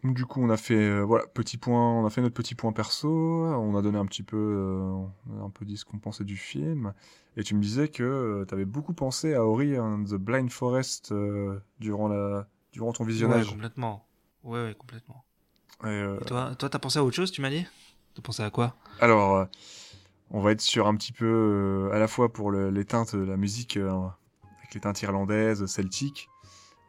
Donc, du coup, on a fait euh, voilà petit point, on a fait notre petit point perso, on a donné un petit peu, euh, on a un peu dit ce qu'on pensait du film. Et tu me disais que tu avais beaucoup pensé à Ori and the Blind Forest euh, durant la, durant ton
Ouais,
visionnage.
complètement. Ouais, ouais, complètement.
Et, euh,
Et toi, toi, t'as pensé à autre chose, tu m'as dit T'as pensé à quoi
alors, euh, on va être sur un petit peu euh, à la fois pour le- les teintes, de la musique euh, avec les teintes irlandaises, celtiques,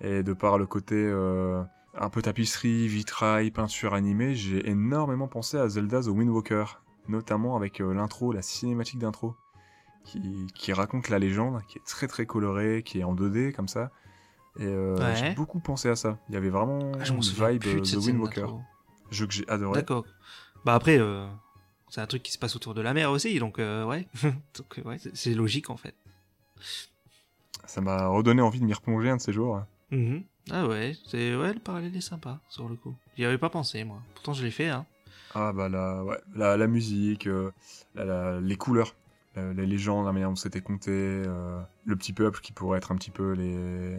et de par le côté euh, un peu tapisserie, vitrail, peinture animée, j'ai énormément pensé à Zelda The Wind Walker, notamment avec euh, l'intro, la cinématique d'intro, qui, qui raconte la légende, qui est très très colorée, qui est en 2D comme ça. Et euh,
Ouais.
j'ai beaucoup pensé à ça. Il y avait vraiment
Ah,
une vibe euh, The Wind
scène
Walker,
d'intro.
jeu que j'ai adoré.
D'accord. Bah après, euh, c'est un truc qui se passe autour de la mer aussi, donc euh, ouais. donc euh, ouais, c'est- c'est logique en fait.
Ça m'a redonné envie de m'y replonger un de ces jours.
Mhm. Ah ouais, c'est ouais, le parallèle est sympa sur le coup. J'y avais pas pensé moi. Pourtant je l'ai fait. Hein.
Ah bah la, ouais, la, la musique, euh, la- la- les couleurs, la- les légendes, la manière dont c'était compté, euh, le petit peuple qui pourrait être un petit peu les,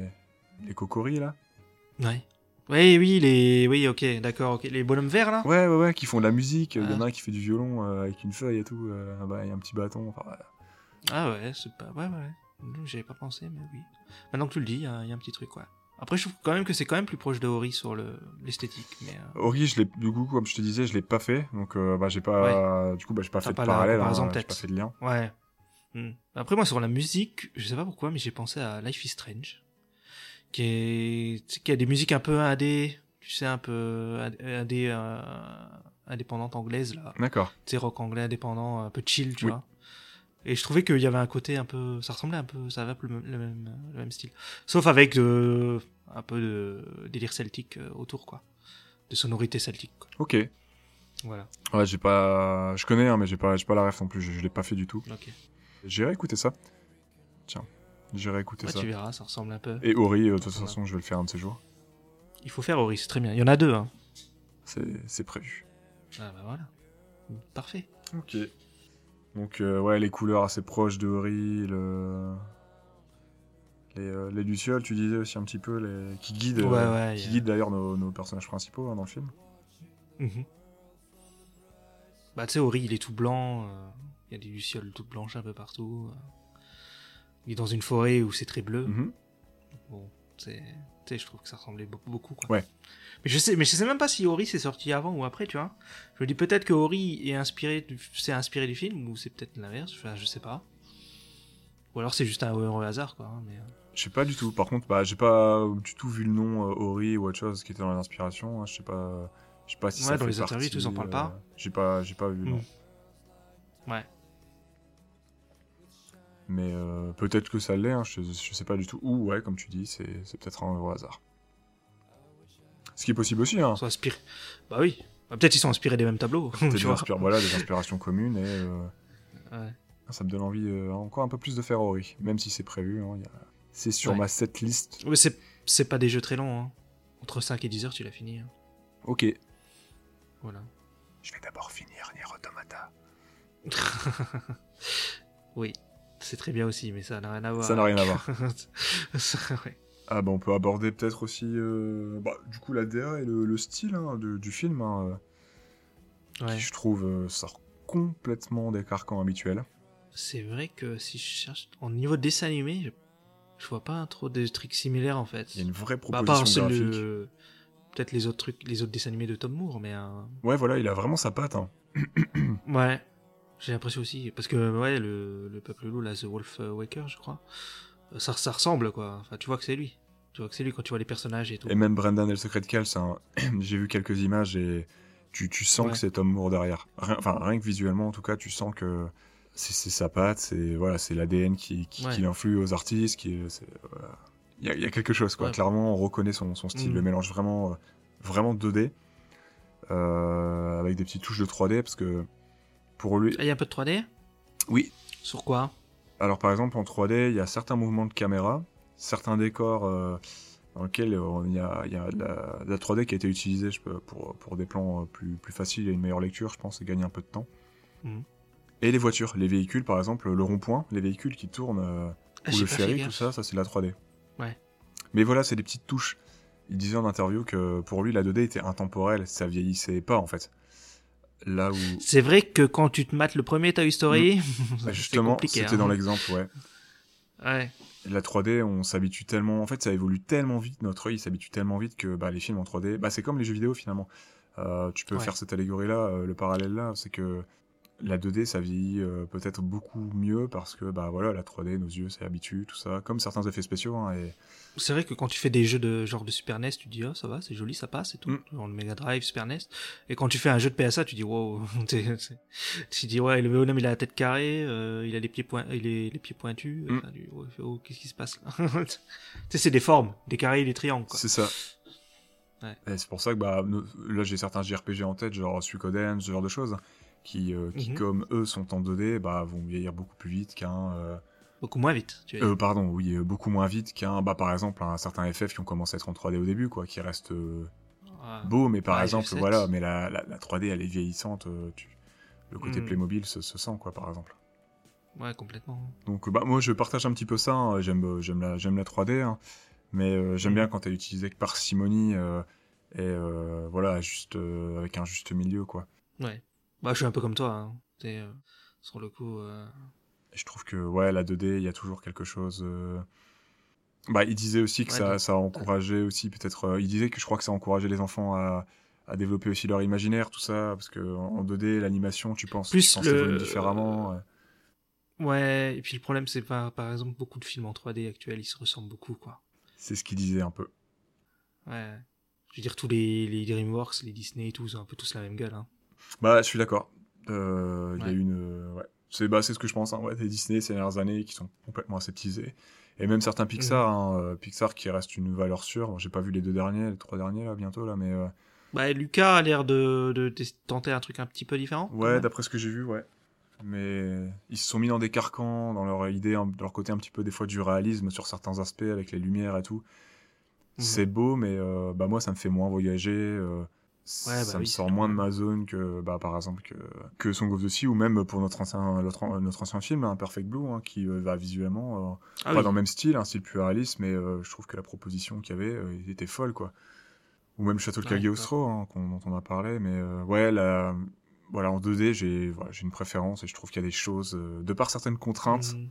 les cocoris là.
Ouais. Oui, oui, les, oui, ok, d'accord, ok, les bonhommes verts là.
Ouais ouais ouais, qui font de la musique, il y en
Ah.
a un qui fait du violon euh, avec une feuille et tout, euh, ah bah, il y a un petit bâton. enfin, voilà.
Ah ouais, c'est pas, ouais, ouais, ouais. Non, J'avais pas pensé, mais oui. Maintenant que tu le dis, il y, a il y a un petit truc, ouais. Après, je trouve quand même que c'est quand même plus proche de Hori sur le- l'esthétique, mais. euh,
Ori, je l'ai, du coup, comme je te disais, je l'ai pas fait, donc euh, bah, j'ai pas, du coup, bah, j'ai pas
T'as
fait de
pas la
parallèle, hein,
comparaison de
j'ai
tête.
pas fait de lien.
Ouais. Hmm. Après, moi, sur la musique, je sais pas pourquoi, mais j'ai pensé à Life is Strange, qui est, tu sais, qui a des musiques un peu indé, tu sais, un peu ind- indé, euh, indépendante anglaise, là.
D'accord.
Tu sais, rock anglais indépendant, un peu chill, tu
Oui.
vois. Et je trouvais qu'il y avait un côté un peu, ça ressemblait un peu, ça va le même, le même, le même style. Sauf avec euh, un peu de délire celtique euh, autour, quoi. De sonorité celtique, quoi.
Ok.
Voilà.
Ouais, j'ai pas, je connais, hein, mais j'ai pas, j'ai pas la ref non plus, je, je l'ai pas fait du tout.
Ok.
J'irai écouter ça. Tiens, j'irai écouter
Ouais,
ça.
Bah, tu verras, ça ressemble un peu.
Et Ori, euh, de toute
Voilà.
façon, je vais le faire un de ces jours.
Il faut faire Hori, c'est très bien. Il y en a deux, hein.
C'est c'est prévu.
Ah bah voilà. Parfait.
Ok. Donc, euh, ouais, les couleurs assez proches de Ori, le... les, euh, les Lucioles, tu disais aussi un petit peu, les... qui guident, euh,
Ouais, ouais,
qui
y a-
guident d'ailleurs nos, nos personnages principaux hein, dans le film. Mhm.
Bah tu sais, Ori, il est tout blanc. euh, Il y a des lucioles toutes blanches un peu partout. euh. Il est dans une forêt où c'est très bleu.
Mhm.
Bon, c'est... Tu sais, je trouve que ça ressemblait beaucoup, beaucoup quoi.
Ouais.
Mais je sais, mais je sais même pas si Ori c'est sorti avant ou après, tu vois. Je me dis peut-être que Ori est inspiré, du- s'est inspiré du film ou c'est peut-être l'inverse. Enfin, je sais pas. Ou alors c'est juste un heureux hasard, quoi. hein, Mais... euh,
Je sais pas du tout. Par contre, bah, j'ai pas du tout vu le nom euh, Ori ou autre chose qui était dans les inspirations. hein. Je sais pas. Je sais pas si
Ouais,
ça
dans
fait
les interviews,
partie,
ils en parlent pas. Hmm.
euh, J'ai pas, j'ai pas vu. non.
Ouais.
Mais euh, peut-être que ça l'est. hein, je, je sais pas du tout. Ou ouais, comme tu dis, c'est c'est peut-être un heureux hasard. Ce qui est possible aussi. Hein.
Ils sont inspirés. Bah oui. Bah, peut-être ils sont inspirés des mêmes tableaux.
T'as
tu
des,
vois.
inspira- voilà, des inspirations communes et euh,
Ouais.
ça me donne envie euh, encore un peu plus de faire Ori, même si c'est prévu. hein, y a- C'est sur
Ouais.
ma setlist.
Mais c'est, c'est pas des jeux très longs. Hein. Entre 5 et 10 heures, tu l'as fini. hein.
Ok.
Voilà.
Je vais d'abord finir Nier Automata.
Oui, c'est très bien aussi, mais ça n'a rien à voir.
Ça n'a rien à voir.
Ça, ouais.
Ah bah on peut aborder peut-être aussi euh, bah, du coup la DA et le, le style hein, de- du film hein, euh,
Ouais.
qui je trouve euh, sort complètement des carcans habituels.
C'est vrai que si je cherche en niveau de dessin animé, je, je vois pas trop de trucs similaires en fait.
Il y a une vraie
Bah, à
proposition
part celle
graphique.
de- peut-être les autres trucs, les autres dessins animés de Tom Moore, mais euh,
Ouais voilà, il a vraiment sa patte. hein.
Hmm. ouais, j'ai l'impression aussi parce que ouais, le, le peuple loup là, The Wolf Waker, je crois, euh, ça, ça ressemble quoi. Enfin, tu vois que c'est lui. Tu vois que c'est lui quand tu vois les personnages et tout.
Et même Brendan et le secret de Cal, c'est un- j'ai vu quelques images et tu, tu sens
Ouais.
que c'est Tom Moore derrière. Rien, enfin rien que visuellement en tout cas, tu sens que c'est c'est sa patte, c'est voilà, c'est l'ADN qui, qui,
Ouais.
qui l'influe aux artistes, qui c'est- voilà. il y, a- il y a quelque chose quoi.
Ouais.
Clairement, on reconnaît son, son style,
Mm.
le mélange vraiment euh, vraiment 2D euh, avec des petites touches de 3D parce que pour lui,
Ah, Il y a un peu de 3D
Oui.
Sur quoi
Alors par exemple en 3D, il y a certains mouvements de caméra, certains décors euh, dans lesquels euh, il y a, il y a de la, de la 3D qui a été utilisée je peux- pour, pour des plans euh, plus, plus faciles et une meilleure lecture, je pense, et gagner un peu de temps.
Mhm.
Et les voitures, les véhicules par exemple, le rond-point, les véhicules qui tournent, euh,
Ah,
ou
j'ai
le
pas fait
ferry,
gaffe.
tout ça, ça c'est de la 3D.
Ouais.
Mais voilà, c'est des petites touches. Il disait en interview que pour lui, la 2D était intemporelle, ça vieillissait pas en fait. Là où...
C'est vrai que quand tu te mates le premier Toy Story, c'est
Mm. Bah, Justement,
compliqué,
c'était
hein.
dans l'exemple, ouais.
Ouais.
la 3D, on s'habitue tellement. En fait, ça évolue tellement vite, notre œil s'habitue tellement vite que bah, les films en 3D, bah, c'est comme les jeux vidéo finalement. Euh, tu peux
Ouais.
faire cette allégorie-là, euh, le parallèle-là, c'est que la 2D, ça vieillit euh, peut-être beaucoup mieux parce que bah, voilà, la 3D, nos yeux s'y habituent, tout ça, comme certains effets spéciaux. hein, et...
C'est vrai que quand tu fais des jeux de genre de Super NES, tu dis oh ça va, c'est joli, ça passe et tout.
Mm.
Genre le Mega Drive, Super NES. Et quand tu fais un jeu de PSA, tu dis wow. t'es- c'est- tu dis ouais, le bonhomme il a la tête carrée, euh, il a les pieds point, il est- les pieds pointus.
Mm.
enfin, du- oh, oh, qu'est-ce qui se passe là Tu sais, c'est des formes, des carrés, et des triangles. Quoi.
C'est ça.
Ouais.
Et c'est pour ça que bah, nous- là, j'ai certains JRPG en tête, genre Suikoden, ce genre de choses, qui, euh, qui
Mhm.
comme eux sont en 2D, bah, vont vieillir beaucoup plus vite qu'un. euh,
Beaucoup moins vite. Tu vois.
Euh, pardon, oui, euh, beaucoup moins vite qu'un, bah, par exemple, un certain FF qui ont commencé à être en 3D au début, quoi, qui reste euh,
Ouais.
beau, mais par
Ah,
exemple,
FF7.
voilà, mais la, la, la 3D, elle est vieillissante, euh, tu- le côté
Mm.
Playmobil se, se sent, quoi, par exemple.
Ouais, complètement.
Donc, euh, bah, moi, je partage un petit peu ça, hein, j'aime, euh, j'aime, la, j'aime la 3D, hein, mais euh, j'aime
Mm.
bien quand elle est utilisée avec parcimonie, euh, et euh, voilà, juste, euh, avec un juste milieu, quoi.
Ouais. Bah je suis un peu comme toi. Hein. T'es, euh, sur le coup. euh,
Et je trouve que, ouais, la 2D, il y a toujours quelque chose. euh, Bah, il disait aussi que
Ouais,
ça,
de-
ça encourageait aussi, peut-être. euh, il disait que je crois que ça encourageait les enfants à, à développer aussi leur imaginaire, tout ça, parce que en en 2D, l'animation, tu penses,
Plus
tu penses
le-
les volumes différemment. ouais.
Ouais. Et puis le problème c'est pas, par exemple, beaucoup de films en 3D actuels, ils se ressemblent beaucoup quoi.
C'est ce qu'il disait un peu.
Ouais. Je veux dire, tous les, les DreamWorks, les Disney et tout, ils ont un peu tous la même gueule. Hein.
Bah, je suis d'accord. Euh, Il y a
Ouais.
une. euh, ouais. C'est bah, c'est ce que je pense. Hein, ouais, des Disney ces dernières années qui sont complètement aseptisés. Et même
Mhm.
certains Pixar, hein, euh, Pixar qui reste une valeur sûre. J'ai pas vu les deux derniers, les trois derniers là bientôt là, mais euh,
Bah, Lucas a l'air de, de, de tenter un truc un petit peu différent. quand
Ouais,
même.
d'après ce que j'ai vu, ouais. Mais ils se sont mis dans des carcans, dans leur idée, hein, dans leur côté un petit peu des fois du réalisme sur certains aspects avec les lumières et tout.
Mhm.
C'est beau, mais euh, bah moi ça me fait moins voyager. euh,
Ouais, bah
ça me
oui,
sort
c'est
moins de
normal.
ma zone que bah, par exemple que, que Song of the Sea ou même pour notre ancien, notre, an- notre ancien film, hein, Perfect Blue, hein, qui va visuellement euh,
Ah
pas
oui.
dans le même style, un style plus réaliste, mais euh, je trouve que la proposition qu'il y avait euh, était folle, quoi. Ou même Château de
Ouais,
Cagliostro, hein, qu'on- dont on a parlé, mais euh, ouais, la- voilà, en 2D, j'ai voilà, j'ai une préférence et je trouve qu'il y a des choses, euh, de par certaines contraintes,
Mhm.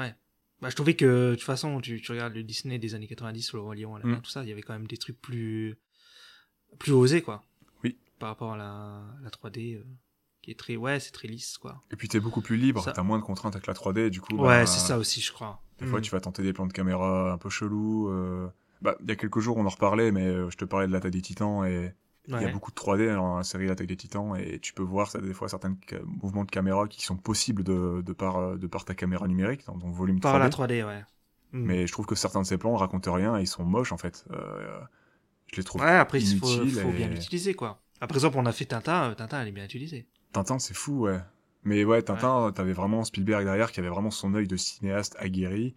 Ouais. Bah, je trouvais que, de toute façon, tu, tu regardes le Disney des années 90, le Roi Lion, la
Mm.
mer, tout ça, il y avait quand même des trucs plus, plus osés, quoi.
Oui.
Par rapport à la, la 3D, euh, qui est très, ouais, c'est très lisse, quoi.
et puis t'es beaucoup plus libre,
Ça-
t'as moins de contraintes avec la 3D, et du coup,
ouais,
bah,
c'est ça aussi, je crois.
Des fois,
Mm.
tu vas tenter des plans de caméra un peu chelous. euh, Bah, il y a quelques jours, on en reparlait, mais euh, je te parlais de l'attaque des titans et il y a
Ouais.
beaucoup de 3D dans la série L'attaque des titans et tu peux voir ça, des fois certains ca- mouvements de caméra qui sont possibles de, de, par, euh, de par ta caméra numérique, dans ton volume
Par
3D.
la 3D, ouais. Mm.
Mais je trouve que certains de ces plans racontent rien et ils sont moches en fait. Euh, je les trouve.
ouais, après, il faut,
inutiles
faut
et-
bien l'utiliser, quoi. Ah, par exemple, on a fait Tintin, euh, Tintin, elle est bien utilisée.
Tintin, c'est fou, ouais. Mais ouais, Tintin, euh, t'avais vraiment Spielberg derrière qui avait vraiment son œil de cinéaste aguerri.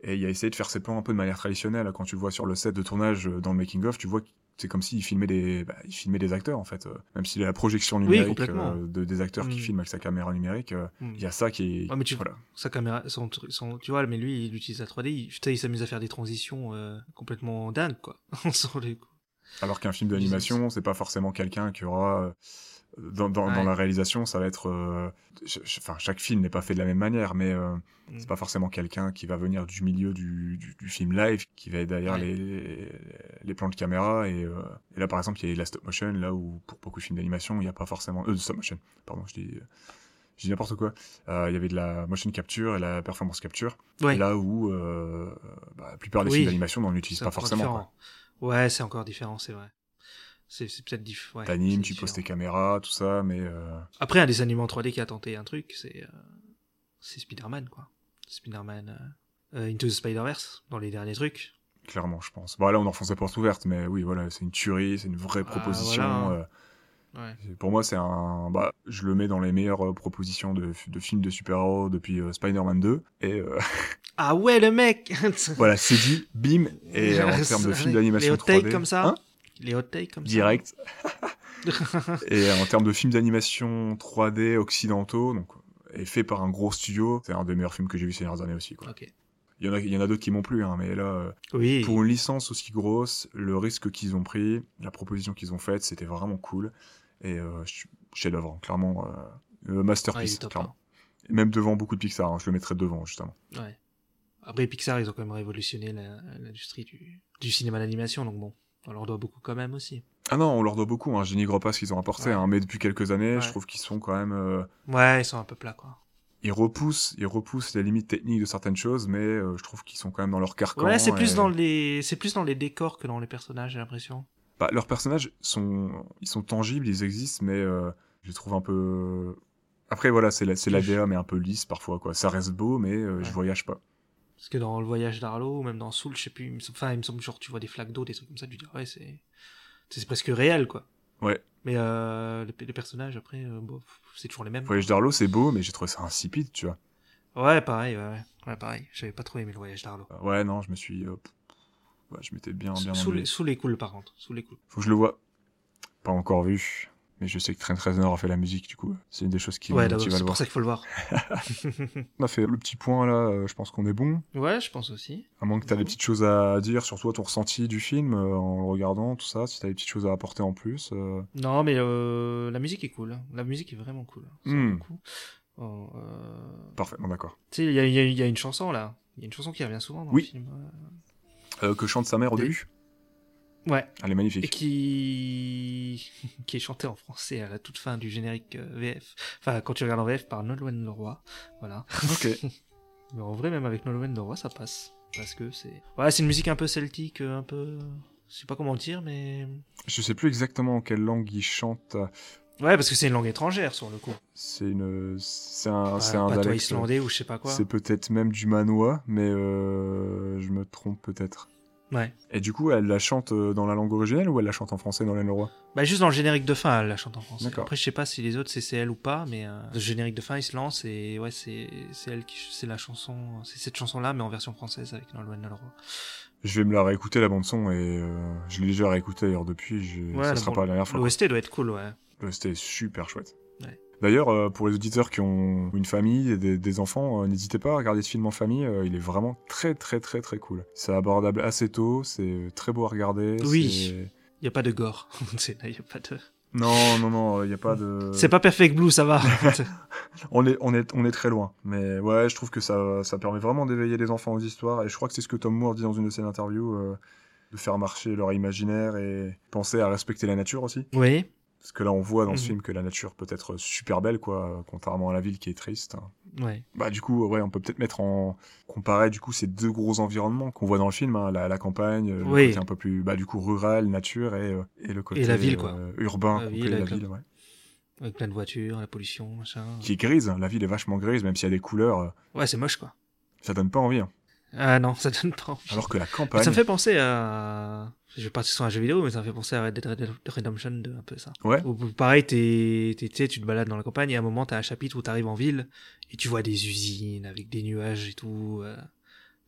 Et il a essayé de faire ses plans un peu de manière traditionnelle. Quand tu le vois sur le set de tournage euh, dans le making-of, tu vois c'est comme s'il filmait des, bah, il filmait des acteurs en fait. euh, même s'il a la projection numérique
complètement.
euh, de des acteurs qui
Mm.
filment avec sa caméra numérique, euh,
Mm.
il y a ça qui. est-
Ouais, mais tu-
voilà.
Sa caméra, son, tru- son- tu vois, mais lui, il utilise la 3D. Il, putain, il s'amuse à faire des transitions euh, complètement dingues, quoi. On sent le coup.
Alors qu'un film
Business.
d'animation, c'est pas forcément quelqu'un qui aura. euh, Dans, dans,
Ouais.
dans la réalisation, ça va être. euh, ch- ch- Enfin, chaque film n'est pas fait de la même manière, mais euh,
Mm.
c'est pas forcément quelqu'un qui va venir du milieu du, du, du film live, qui va être derrière
Ouais.
les, les plans de caméra. Et, euh, et là, par exemple, il y a la stop motion, là où pour beaucoup de films d'animation, il n'y a pas forcément. Euh, de stop motion, pardon, je dis, je dis n'importe quoi. Euh, Il y avait de la motion capture et la performance capture,
Ouais.
là où euh, bah, la plupart des
Oui.
films d'animation, on n'utilise
C'est
pas
encore
forcément.
différent.
quoi.
Ouais, c'est encore différent, c'est vrai. C'est c'est peut-être diff. Ouais,
T'animes,
c'est
tu poses
différent.
tes caméras, tout ça, mais euh,
Après, un des animés en 3D qui a tenté un truc, c'est euh, c'est Spider-Man, quoi. Spider-Man euh, euh, Into the Spider-Verse, dans les derniers trucs.
clairement, je pense. Bon, là, on enfonce la porte ouverte, mais oui, voilà, c'est une tuerie, c'est une vraie
Ah,
proposition.
voilà. Ouais.
euh, pour moi, c'est un. Bah, je le mets dans les meilleures euh, propositions de, de films de super-héros depuis euh, Spider-Man 2. Et euh,
Ah ouais, le mec
voilà, c'est dit, bim, et euh, en termes de films d'animation
Les hot takes
3D,
comme ça
hein,
Les hot takes comme
direct.
ça
Et en termes de films d'animation 3D occidentaux, donc, et fait par un gros studio, c'est un des meilleurs films que j'ai vu ces dernières années aussi. Quoi.
ok.
Il y en a, il y en a d'autres qui m'ont plu, hein, mais là. euh,
Oui.
Pour une licence aussi grosse, le risque qu'ils ont pris, la proposition qu'ils ont faite, c'était vraiment cool. Et euh, ch- chef-d'œuvre, hein, clairement. euh, euh,
Ouais, il
masterpiece,
est top,
clairement. Et Même devant beaucoup de Pixar, hein, je le mettrais devant, justement.
hein. Ouais. Après, Pixar, ils ont quand même révolutionné la- l'industrie du, du cinéma d'animation, donc bon, on leur doit beaucoup quand même aussi.
Ah non, on leur doit beaucoup, hein, Génie Gros Pas ce qu'ils ont apporté,
Ouais.
hein, mais depuis quelques années,
Ouais.
je trouve qu'ils sont quand même. euh,
Ouais, ils sont un peu plats, quoi.
ils, repoussent, ils repoussent les limites techniques de certaines choses, mais euh, je trouve qu'ils sont quand même dans leur carcan.
Ouais, c'est plus
et-
dans les c'est plus dans les décors que dans les personnages, j'ai l'impression.
Bah, leurs personnages sont, ils sont tangibles, ils existent, mais euh, je les trouve un peu. Après, voilà, c'est la, c'est la
Lisse.
DA, mais un peu lisse parfois, quoi. Ça reste beau, mais euh, je
Ouais.
voyage pas.
Parce que dans le voyage d'Arlo ou même dans Soul, je sais plus, il me semble, enfin, il me semble genre tu vois des flaques d'eau, des trucs comme ça, tu dis ah ouais, c'est c'est presque réel quoi.
Ouais.
Mais euh, les, les personnages après euh, bon, pff, c'est toujours les mêmes.
Voyage d'Arlo, c'est beau, mais j'ai trouvé ça insipide, tu vois.
Ouais, pareil, ouais, ouais. Ouais, pareil. J'avais pas trop aimé le voyage d'Arlo.
Euh, Ouais, non, je me suis. euh, pff, ouais, je m'étais bien, bien
Soul,
ennuyé.
Soul est cool par contre, Soul est cool.
Faut que je le vois. Pas encore vu, mais je sais que Trent Reznor a fait la musique, du coup. C'est une des choses qui
ouais,
me
d'abord,
motive à
c'est
le
pour
voir.
ça qu'il faut le voir.
On a fait le petit point là, euh, je pense qu'on est bon.
ouais, je pense aussi.
À moins que t'as des petites choses à dire sur toi, ton ressenti du film euh, en le regardant, tout ça, si t'as des petites choses à apporter en plus. euh,
Non, mais euh, la musique est cool. La musique est vraiment cool. Ça,
Hmm.
beaucoup. Oh, euh,
Parfaitement d'accord.
Tu sais, il y a, il y a- il y a une chanson là. Il y a une chanson qui revient souvent dans
Oui.
le film. euh.
Euh, que chante sa mère au
Des-
début.
Ouais.
Elle est
Et
magnifique.
qui... qui est chantée en français à la toute fin du générique euh, VF. Enfin, quand tu regardes en VF par Nolwenn Leroy. Voilà.
Ok.
Mais en vrai, même avec Nolwenn Leroy, ça passe. Parce que c'est. Ouais, c'est une musique un peu celtique, euh, un peu. Je sais pas comment le dire, mais.
Je sais plus exactement en quelle langue il chante.
Ouais, parce que c'est une langue étrangère sur le coup.
C'est une, c'est un,
Pas-
Ah, c'est un
pas toi
dialecte. euh,
islandais ou je sais pas quoi.
C'est peut-être même du manois, mais euh, je me trompe peut-être.
Ouais.
Et du coup, elle la chante euh, dans la langue originelle ou elle la chante en français dans le roi
Bah, juste dans le générique de fin, elle la chante en français.
D'accord.
Après, je sais pas si les autres c'est c'est elle ou pas, mais euh, le générique de fin, il se lance et ouais, c'est c'est elle qui ch- c'est la chanson, c'est cette chanson là, mais en version française avec Nolwenn Leroy.
Je vais me la réécouter la bande son et euh, je l'ai déjà réécoutée d'ailleurs depuis. Je...
Ouais,
ça
la
sera
bande-
pas la dernière fois.
L'OST doit être cool, ouais.
Ouais, Euh, C'était super chouette.
Ouais.
D'ailleurs, euh, pour les auditeurs qui ont une famille et des, des enfants, euh, n'hésitez pas à regarder ce film en famille. euh, il est vraiment très, très, très, très cool. C'est abordable assez tôt, c'est euh, très beau à regarder.
Oui. Il y a pas de gore, c'est là, y a pas de.
c'est- Non, non, non, il n'y a pas de.
C'est pas Perfect Blue, ça va.
On est, on, est, on est très loin. Mais ouais, je trouve que ça, ça permet vraiment d'éveiller les enfants aux histoires. Et je crois que c'est ce que Tom Moore dit dans une de ses interviews euh, de faire marcher leur imaginaire et penser à respecter la nature aussi.
oui.
Parce que là, on voit dans ce
Mhm.
film que la nature peut être super belle, quoi, euh, contrairement à la ville qui est triste.
Ouais.
Bah du coup, ouais, on peut peut-être mettre en comparer du coup ces deux gros environnements qu'on voit dans le film, hein, la, la campagne, euh, le
Oui.
côté un peu plus bah du coup rural, nature et, euh, et le côté
la ville, quoi.
euh, urbain
La
complet,
ville
la
avec la-
ville, ouais.
Avec plein de voitures, la pollution, machin.
qui est grise. hein, La ville est vachement grise, même s'il y a des couleurs, euh,
Ouais, c'est moche quoi.
ça donne pas envie. hein.
Ah non, ça donne pas envie.
Alors que la campagne,
Ça me fait penser à. Je vais pas si c'est un jeu vidéo, mais ça me fait penser à Red Dead Red- Redemption 2, un peu ça.
Ouais.
Où, pareil, t'es, t'es- tu sais, tu te balades dans la campagne et à un moment, t'as un chapitre où t'arrives en ville et tu vois des usines avec des nuages et tout. euh,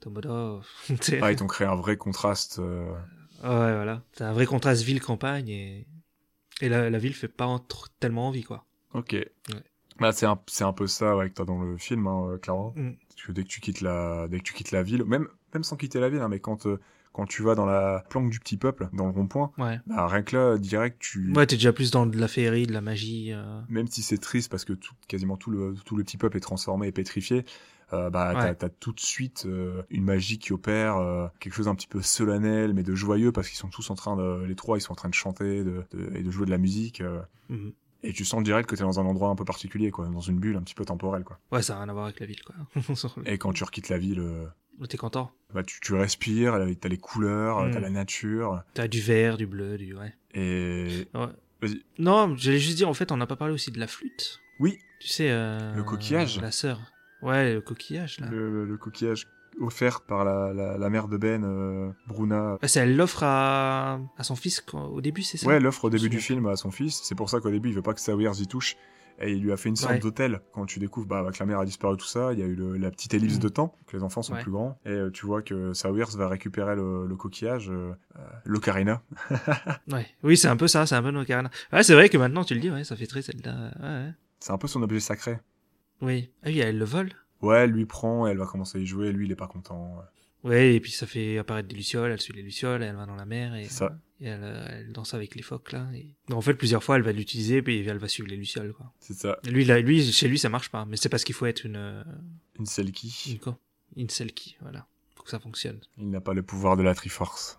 T'es en mode, oh, t'sais.
ah, ils t'ont créé un vrai contraste. euh,
Ouais, voilà. C'est un vrai contraste ville-campagne et, et la, la ville fait pas en- tr- tellement envie, quoi.
Ok. Bah, c'est un, c'est un peu ça ouais, que t'as dans le film, hein, euh, clairement.
Mm.
Parce que dès que tu quittes la, dès que tu quittes la ville, même, même sans quitter la ville, hein, mais quand, euh, quand tu vas dans la planque du petit peuple, dans le rond-point,
Ouais.
bah, rien que là, direct, tu,
Ouais, t'es déjà plus dans de la féerie, de la magie. euh,
même si c'est triste parce que tout- quasiment tout le, tout le petit peuple est transformé et pétrifié, euh, bah, t'as-
Ouais.
t'as tout de suite euh, une magie qui opère, euh, quelque chose un petit peu solennel, mais de joyeux, parce qu'ils sont tous en train de, les trois, ils sont en train de chanter de, de- et de jouer de la musique, euh,
mhm.
et tu sens direct que t'es dans un endroit un peu particulier, quoi, dans une bulle un petit peu temporelle, quoi.
Ouais, ça a rien à voir avec la ville, quoi. Oh,
Et quand tu requittes la ville, euh,
T'es content.
bah, tu, tu respires, t'as les couleurs,
Mm.
t'as la nature,
T'as du vert, du bleu, du. Ouais.
et
Ouais.
Vas-y.
Non, j'allais juste dire, en fait, on n'a pas parlé aussi de la flûte.
Oui.
Tu sais. euh,
Le coquillage.
La sœur. Ouais, le coquillage, là.
le, le coquillage offert par la, la, la mère de Ben, euh, Bruna.
Ouais, c'est- elle l'offre à... à son fils quand- au début, c'est ça
Ouais, l'offre au début
souviens
du film à son fils, c'est pour ça qu'au début il veut pas que Sawyers y touche, et il lui a fait une sorte
Ouais.
d'hôtel. Quand tu découvres bah, bah, que la mère a disparu, tout ça, il y a eu le- la petite ellipse
Mm.
de temps, que les enfants sont
Ouais.
plus grands, et euh, tu vois que Sawyers va récupérer le, le coquillage, euh, euh, l'ocarina.
Ouais. Oui, c'est un peu ça, c'est un peu nos carnes. Ouais, c'est vrai que maintenant, tu le dis, ouais, ça fait très celle-là. Ouais, ouais.
C'est un peu son objet sacré.
Oui. Ah oui, elle le vole.
Ouais, elle lui prend, elle va commencer à y jouer, lui il est pas content.
Ouais, et puis ça fait apparaître des lucioles, elle suit les lucioles, elle va dans la mer et,
C'est ça.
et elle, euh, elle danse avec les phoques là. Et... Donc, en fait, plusieurs fois, elle va l'utiliser puis elle va suivre les lucioles quoi.
C'est ça,
Lui, là, lui, chez lui, ça marche pas, mais c'est parce qu'il faut être une, euh,
une selkie.
une quoi Une selkie, voilà, pour que ça fonctionne.
Il n'a pas le pouvoir de la Triforce.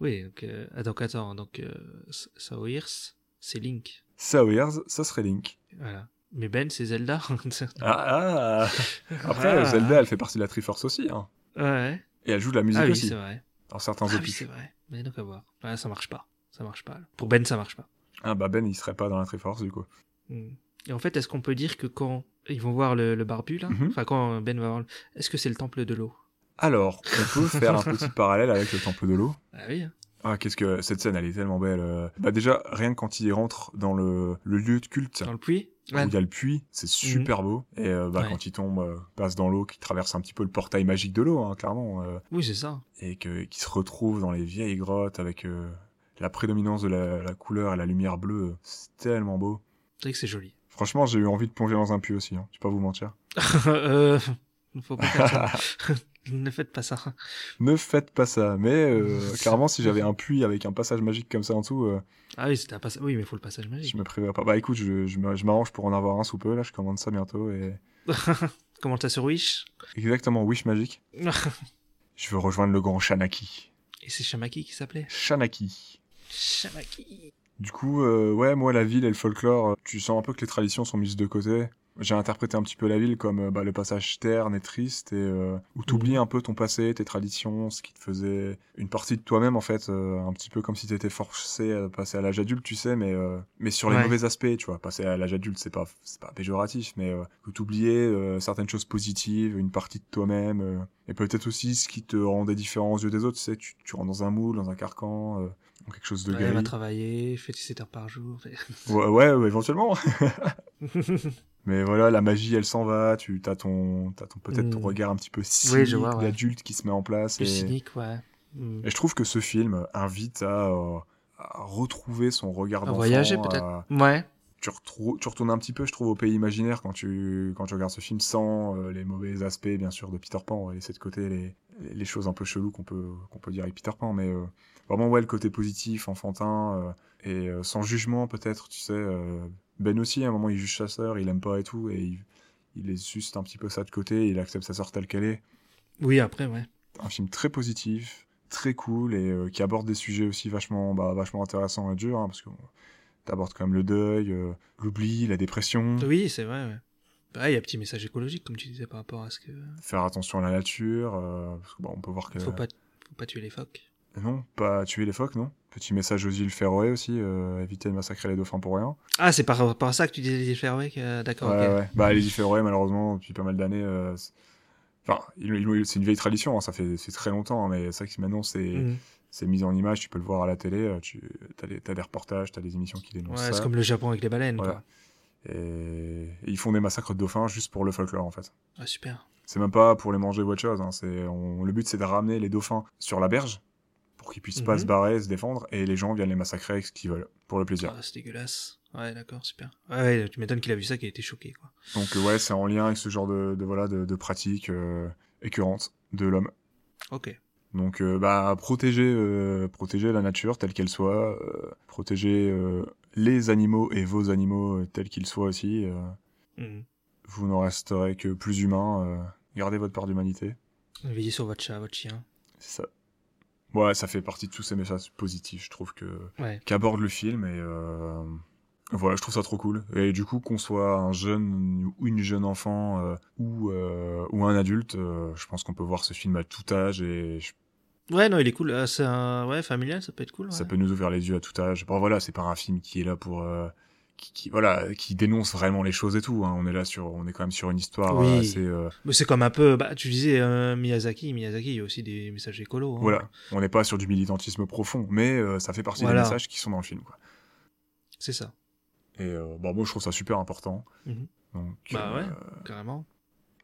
Oui, donc, euh, ah, donc attends, donc euh, S- Saoirse, c'est Link,
Sawyers, ça serait Link.
voilà. Mais Ben, c'est Zelda.
Ah, ah. Après,
Ah.
Zelda, elle fait partie de la Triforce aussi. Hein.
ouais.
Et elle joue de la musique
Ah oui,
aussi,
c'est vrai.
dans certains
Ah oui,
opus.
c'est vrai. Mais donc à voir. Ouais, ça marche pas. Ça marche pas. Pour Ben, ça marche pas.
Ah bah Ben, il serait pas dans la Triforce du coup.
Mm. Et en fait, est-ce qu'on peut dire que quand ils vont voir le, le barbu, là,
Mhm.
enfin quand Ben va voir, le- est-ce que c'est le temple de l'eau
Alors, on peut faire un petit parallèle avec le Temple de l'eau.
Ah oui. hein.
Ah, qu'est-ce que cette scène, elle est tellement belle. euh. Bah déjà, rien que quand il rentre dans le, le lieu de culte
Dans le puits
où il y a le puits, c'est super beau. Et euh, bah,
Ouais.
quand il tombe, euh, passe dans l'eau, qui traverse un petit peu le portail magique de l'eau, hein, clairement. euh,
Oui, c'est ça.
et que, qui se retrouve dans les vieilles grottes avec euh, la prédominance de la, la couleur et la lumière bleue. euh, C'est tellement beau.
C'est vrai que c'est joli.
Franchement, j'ai eu envie de plonger dans un puits aussi, hein. je vais pas vous mentir.
euh, faut pas faire ça. ne faites pas ça.
Ne faites pas ça, mais euh, clairement, si j'avais un puits avec un passage magique comme ça en dessous, euh,
Ah oui, c'était un passage. Oui, mais faut le passage magique.
je me priverais pas. Bah écoute, je, je me- je m'arrange pour en avoir un sous peu, là je commande ça bientôt. Et...
Comment t'as sur Wish
Exactement, Wish Magic. Je veux rejoindre le grand Shanaki.
Et c'est Shamaki qui s'appelait
Shanaki.
Shamaki.
Du coup, euh, ouais, moi, la ville et le folklore, euh, tu sens un peu que les traditions sont mises de côté. J'ai interprété un petit peu la ville comme euh, bah, le passage terne et triste, et euh, où
Mhm.
t'oublies un peu ton passé, tes traditions, ce qui te faisait une partie de toi-même, en fait, euh, un petit peu comme si t'étais forcé à passer à l'âge adulte, tu sais, mais, euh, mais sur les
Ouais.
mauvais aspects, tu vois. Passer à l'âge adulte, c'est pas, c'est pas péjoratif, mais euh, où t'oubliais euh, certaines choses positives, une partie de toi-même, euh, et peut-être aussi ce qui te rendait différent aux yeux des autres, tu sais, tu, tu rentres dans un moule, dans un carcan, euh, dans quelque chose de
Ouais, elle
gris.
va travailler, fait 17 heures par jour.
Ouais, ouais, ouais, éventuellement. Mais voilà, la magie, elle s'en va. Tu as ton, t'as ton peut-être ton
Mm.
regard un petit peu cynique
Oui, je vois, ouais.
d'adulte qui se met en place.
Plus
Et...
cynique, ouais. Mm.
et je trouve que ce film invite à, euh, à retrouver son regard
À
d'enfant.
voyager, peut-être.
à-
Ouais.
Tu, retrou- tu retournes un petit peu, je trouve, au pays imaginaire quand tu, quand tu regardes ce film sans euh, les mauvais aspects, bien sûr, de Peter Pan. On va laisser de côté les, les choses un peu cheloues qu'on peut, qu'on peut dire avec Peter Pan. Mais euh, vraiment, ouais, le côté positif, enfantin. euh, et euh, sans jugement peut-être, tu sais. euh, ben aussi, à un moment, il juge sa sœur, il aime pas et tout, et il, il laisse juste un petit peu ça de côté, et il accepte sa sœur telle qu'elle est.
Oui, après, ouais.
Un film très positif, très cool, et euh, qui aborde des sujets aussi vachement, bah, vachement intéressants et durs, hein, parce que bon, t'abordes quand même le deuil, euh, l'oubli, la dépression,
Oui, c'est vrai, ouais. Bah, il y a un petit message écologique, comme tu disais, par rapport à ce que.
faire attention à la nature, euh, parce que, bon, on peut voir que...
Faut pas, faut pas tuer les phoques.
Non, pas tuer les phoques, non Petit message aux îles Féroé aussi, euh, éviter de massacrer les dauphins pour rien.
Ah, c'est par rapport à ça que tu disais les Fairway que... D'accord,
Ouais,
ok.
ouais. Bah, les différents, malheureusement, depuis pas mal d'années. euh, c'est- enfin, ils- ils- c'est une vieille tradition, hein, ça fait c'est très longtemps, hein, mais c'est vrai que maintenant, c'est
Mhm.
c'est mis en image, tu peux le voir à la télé, euh, tu as des, t'as des reportages, tu as des émissions qui
Ouais,
dénoncent
c'est
ça.
comme le Japon avec les baleines,
Voilà.
quoi.
Et, et ils font des massacres de dauphins juste pour le folklore, en fait.
Ah, super.
C'est même pas pour les manger ou autre chose, hein, c'est- on- le but, c'est de ramener les dauphins sur la berge pour qu'ils puissent pas
Mhm.
se barrer, se défendre, et les gens viennent les massacrer avec ce qu'ils veulent, pour le plaisir.
Ah, c'est dégueulasse. Ouais, d'accord, super. Ah Ouais, tu m'étonnes qu'il a vu ça, qu'il a été choqué, quoi.
Donc euh, ouais, c'est en lien avec ce genre de, de, voilà de, de pratique euh, écœurante de l'homme.
Ok.
Donc euh, bah protéger euh, protéger la nature telle qu'elle soit, euh, protéger euh, les animaux et vos animaux euh, tels qu'ils soient aussi. euh,
Mhm.
vous n'en resterez que plus humain. euh, gardez votre part d'humanité.
Veillez sur votre chat, votre chien.
C'est ça. Ouais, ça fait partie de tous ces messages positifs, je trouve que
Ouais.
qu'aborde le film et euh, voilà, je trouve ça trop cool. Et du coup, qu'on soit un jeune ou une jeune enfant euh, ou euh, ou un adulte, euh, je pense qu'on peut voir ce film à tout âge et je-
Ouais, non, il est cool. Euh, c'est un... Ouais, familial, ça peut être cool.
ça
ouais.
peut nous ouvrir les yeux à tout âge. Bon voilà, c'est pas un film qui est là pour euh, qui, qui- voilà qui dénonce vraiment les choses et tout. hein. On est là sur on est quand même sur une histoire
Oui.
euh, assez euh,
Mais c'est comme un peu... Bah, tu disais euh, Miyazaki. Miyazaki, il y a aussi des messages écolos. hein.
Voilà, on n'est pas sur du militantisme profond, mais euh, ça fait partie
Voilà.
des messages qui sont dans le film. Quoi.
C'est ça,
Et euh, bon, moi je trouve ça super important.
Mhm.
Donc,
Bah
euh,
ouais. carrément.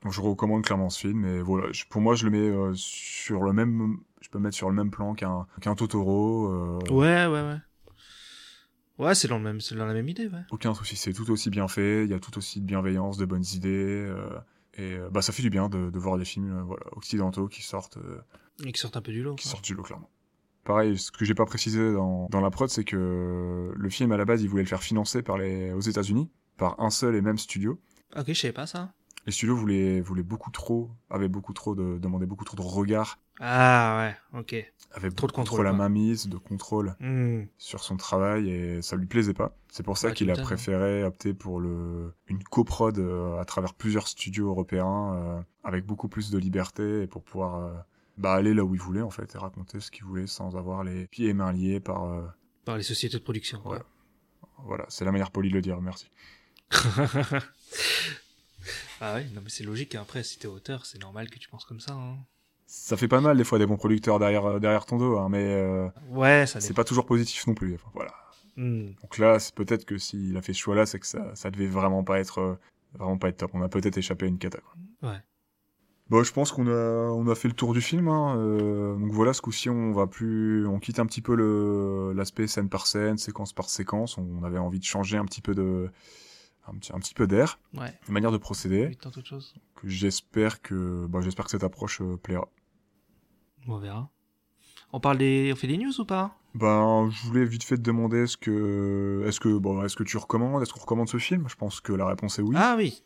donc, je recommande clairement ce film. Et voilà, je- pour moi je le mets euh, sur le même, je peux le mettre sur le même plan qu'un qu'un Totoro. euh,
Ouais, ouais, ouais. Ouais, c'est dans, le même... c'est dans la même idée, ouais.
Aucun souci, c'est tout aussi bien fait. Il y a tout aussi de bienveillance, de bonnes idées. euh, et euh, bah ça fait du bien de, de voir des films euh, voilà, occidentaux qui sortent euh,
Et qui sortent un peu du lot.
qui
quoi.
sortent du lot clairement. Pareil, ce que j'ai pas précisé dans, dans la prod, c'est que le film à la base, ils voulaient le faire financer par les aux États-Unis par un seul et même studio.
Ah, Ok, je savais pas ça.
Les studios voulaient, voulaient beaucoup trop, avaient beaucoup trop de demandaient beaucoup trop de regards,
Ah, ouais, ok.
avaient
Trop de
beaucoup
contrôle,
la
quoi.
mainmise, de contrôle
Hmm.
sur son travail et ça lui plaisait pas. C'est pour ça
Ouais, tu
qu'il a
m'étonnes, hein.
préféré opter pour le une coprod euh, à travers plusieurs studios européens euh, avec beaucoup plus de liberté et pour pouvoir euh, bah, aller là où il voulait en fait et raconter ce qu'il voulait sans avoir les pieds et mains liés par euh,
Par les sociétés de production. quoi.
Ouais. Voilà, c'est la manière polie de le dire, merci.
ah ouais, non mais c'est logique. hein. Après, si t'es auteur, c'est normal que tu penses comme ça. hein.
Ça fait pas mal des fois des bons producteurs derrière, euh, derrière ton dos, hein, mais euh,
Ouais, ça
c'est Mm.
dépend.
pas toujours positif non plus. des fois, Voilà.
Hmm.
Donc là, c'est peut-être que s'il a fait ce choix-là, c'est que ça, ça devait vraiment pas être euh, vraiment pas être top. On a peut-être échappé à une cata. quoi.
Ouais.
Bon, Bah, je pense qu'on a on a fait le tour du film. hein, euh, donc voilà, ce coup-ci, on va plus, on quitte un petit peu le l'aspect scène par scène, séquence par séquence. On avait envie de changer un petit peu de un petit, un petit peu d'air,
Ouais.
une manière de procéder.
Oui, tant autre chose.
que J'espère que bah, j'espère que cette approche euh, plaira.
On verra. On parle des, on fait des news ou pas
Ben, je voulais vite fait te demander est-ce que, est-ce que, bon, est-ce que tu recommandes, est-ce qu'on recommande ce film Je pense que la réponse est oui.
Ah oui.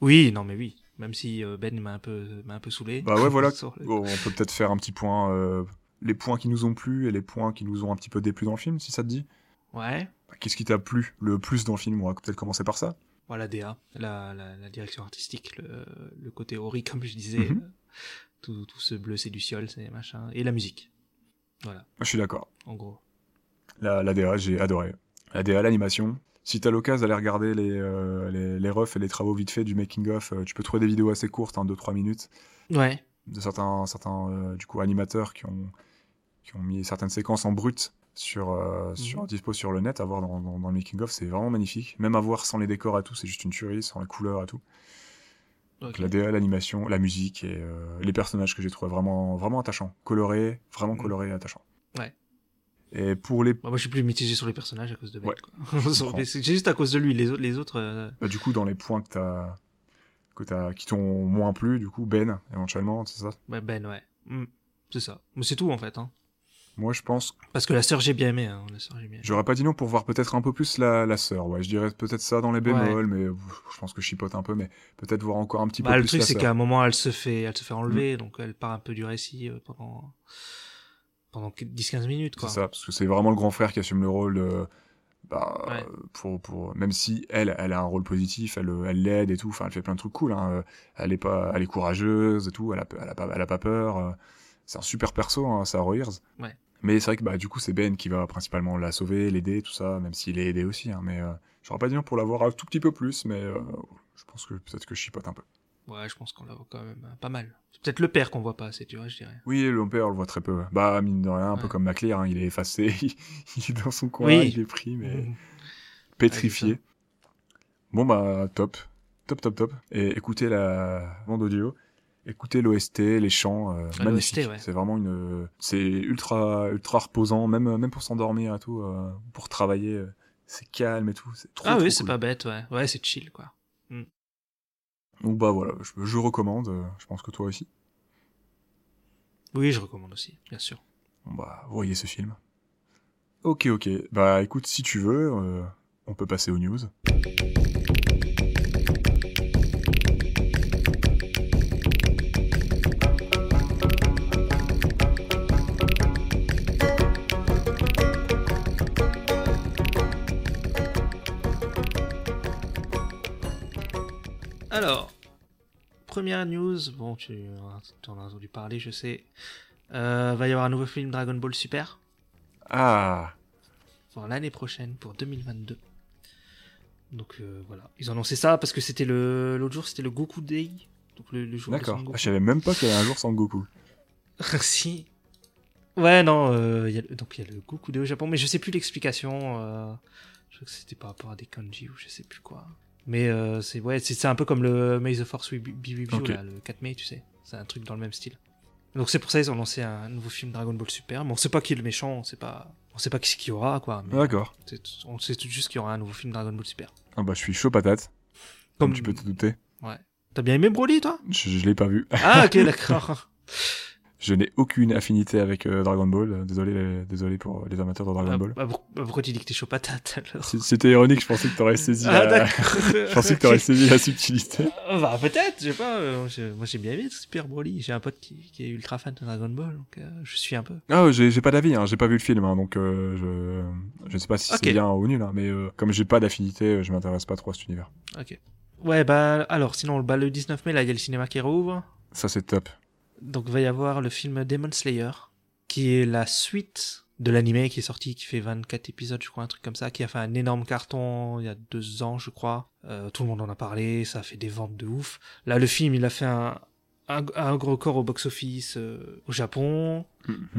Oui, non mais oui. Même si euh, Ben m'a un peu, m'a un peu saoulé.
Bah ouais, voilà.
Sur le-
Bon, on peut peut-être faire un petit point, euh, les points qui nous ont plu et les points qui nous ont un petit peu déplu dans le film, si ça te dit.
Ouais.
Bah, Qu'est-ce qui t'a plu le plus dans le film On va peut-être commencer par ça.
Voilà DA, la, la, la direction artistique, le, le côté horrique comme je disais,
Mhm.
euh, tout, tout ce bleu c'est du ciel, c'est machin, et la musique. Voilà,
Je suis d'accord.
en gros.
La, la DA, j'ai adoré. La DA, l'animation. Si t'as l'occasion d'aller regarder les, euh, les, les refs et les travaux vite fait du making-of, euh, tu peux trouver des vidéos assez courtes, hein, 2-3 minutes,
Ouais.
de certains, certains euh, du coup, animateurs qui ont, qui ont mis certaines séquences en brut sur, euh, sur dispo sur le net à voir dans, dans, dans le making of c'est vraiment magnifique même à voir sans les décors à tout c'est juste une tuerie sans les couleurs à tout
Ok.
Donc la DA l'animation la musique et euh, les personnages que j'ai trouvé vraiment vraiment attachants colorés vraiment
Mhm.
colorés et attachants
Ouais.
et pour les
Bah, moi, je suis plus mitigé sur les personnages à cause de Ben.
Ouais,
quoi.
comprends.
C'est juste à cause de lui. Les autres, les autres euh,
bah, du coup dans les points que t'as que t'as qui t'ont moins plu du coup Ben éventuellement c'est ça
bah, Ben, ouais. Mm. C'est ça. Mais c'est tout, en fait. Hein.
moi je pense
Parce que la sœur, j'ai bien aimé. Hein. La sœur, j'ai bien aimé.
J'aurais pas dit non pour voir peut-être un peu plus la, la sœur. Ouais, je dirais peut-être ça dans les bémols, mais pff, je pense que je chipote un peu, mais peut-être voir encore un petit
Bah,
peu
le
plus
truc,
la
c'est
sœur. Mm.
qu'à un moment, elle se fait, elle se fait enlever, donc elle part un peu du récit euh, pendant, pendant 10-15 minutes,
C'est
quoi.
ça, parce que c'est vraiment le grand frère qui assume le rôle de. Bah,
Ouais.
euh, pour, pour, même si elle, elle a un rôle positif, elle euh, elle l'aide et tout, enfin, elle fait plein de trucs cool, hein. euh, elle est pas, elle est courageuse et tout, elle a, pe- elle a pas, elle a pas peur, euh, c'est un super perso, hein, Sarah Hears.
Ouais.
Mais c'est vrai que, bah, du coup, c'est Ben qui va principalement la sauver, l'aider, tout ça, même s'il est aidé aussi, hein, mais, euh, j'aurais pas dit non pour l'avoir un tout petit peu plus, mais, euh, je pense que peut-être que je chipote un peu.
Ouais, je pense qu'on la voit quand même euh, pas mal. C'est peut-être le père qu'on voit pas assez, tu vois, je dirais.
Oui, le père, on le voit très peu. ouais. Bah, mine de rien, un peu
Ouais.
comme MacLear, hein, il est effacé, il, est dans son coin,
Oui.
il est pris, mais
Mhm.
pétrifié.
Ouais,
bon, bah, top. Top, top, top. Et écoutez la bande audio Écoutez l'OST, les chants, euh,
Ah,
magnifique.
l'OST, ouais.
C'est vraiment une, c'est ultra, ultra reposant, même, même pour s'endormir et tout, euh, pour travailler, euh, c'est calme et tout. C'est trop,
ah
trop
oui, c'est
cool.
pas bête, ouais. Ouais, c'est chill, quoi.
Donc bah voilà, je, je recommande. euh, Je pense que toi aussi.
Oui, je recommande aussi, bien sûr.
Bon bah, voyez ce film. Ok, ok. Bah écoute, si tu veux, euh, on peut passer aux news.
Alors, première news, bon, tu en as entendu parler, je sais. Euh, va y avoir un nouveau film Dragon Ball Super
Ah,
pour l'année prochaine, pour 2022. Donc euh, voilà, ils ont annoncé ça parce que c'était le l'autre jour, c'était le Goku Day, donc le, le jour de
d'accord.
Son
Ah,
Goku.
je savais même pas qu'il y avait un jour sans Goku.
si. Ouais, non, euh, il y a le- donc il y a le Goku Day au Japon, mais je sais plus l'explication. euh, je crois que c'était par rapport à des kanji ou je sais plus quoi. Mais euh, c'est ouais, c'est c'est un peu comme le May the Force Be Be With You,
Ok.
là, le 4 mai, tu sais. C'est un truc dans le même style. Donc c'est pour ça ils ont lancé un nouveau film Dragon Ball Super. Mais on sait pas qui est le méchant, on sait pas, on sait pas qui c'est qu'il y aura quoi. Mais
D'accord.
c'est- on sait tout juste qu'il y aura un nouveau film Dragon Ball Super.
Ah bah je suis chaud patate. Comme
Comme-
tu peux te douter,
T'as bien aimé Broly, toi
je, je l'ai pas vu.
Ah, ok, d'accord.
Je n'ai aucune affinité avec euh, Dragon Ball. euh, Désolé, les- désolé pour les amateurs de Dragon
Ah,
Ball.
bah, pour- bah, pourquoi tu dis que t'es chaud patate alors
C- C'était ironique. Je pensais que t'aurais saisi.
Ah,
la...
d'accord.
bah, Je pensais que t'aurais saisi la subtilité.
Ah, bah, peut-être, je sais pas. euh, je- moi, j'ai bien aimé Super Broly. J'ai un pote qui, qui est ultra fan de Dragon Ball, donc euh, je suis un peu.
Ah, j'ai j'ai pas d'avis. Hein. J'ai pas vu le film, hein, donc euh, je je ne sais pas si
Ok.
c'est bien ou nul. hein, mais euh, comme j'ai pas d'affinité, euh, je m'intéresse pas trop à cet univers.
Ok. Ouais, bah, alors, sinon, bah, le 19 mai, là, il y a le cinéma qui rouvre.
Ça c'est top.
Donc, va y avoir le film Demon Slayer, qui est la suite de l'anime qui est sorti, qui fait 24 épisodes, je crois, un truc comme ça, qui a fait un énorme carton il y a deux ans, je crois. Euh, tout le monde en a parlé, ça a fait des ventes de ouf. Là, le film, il a fait un, un, un gros corps au box-office euh, au Japon.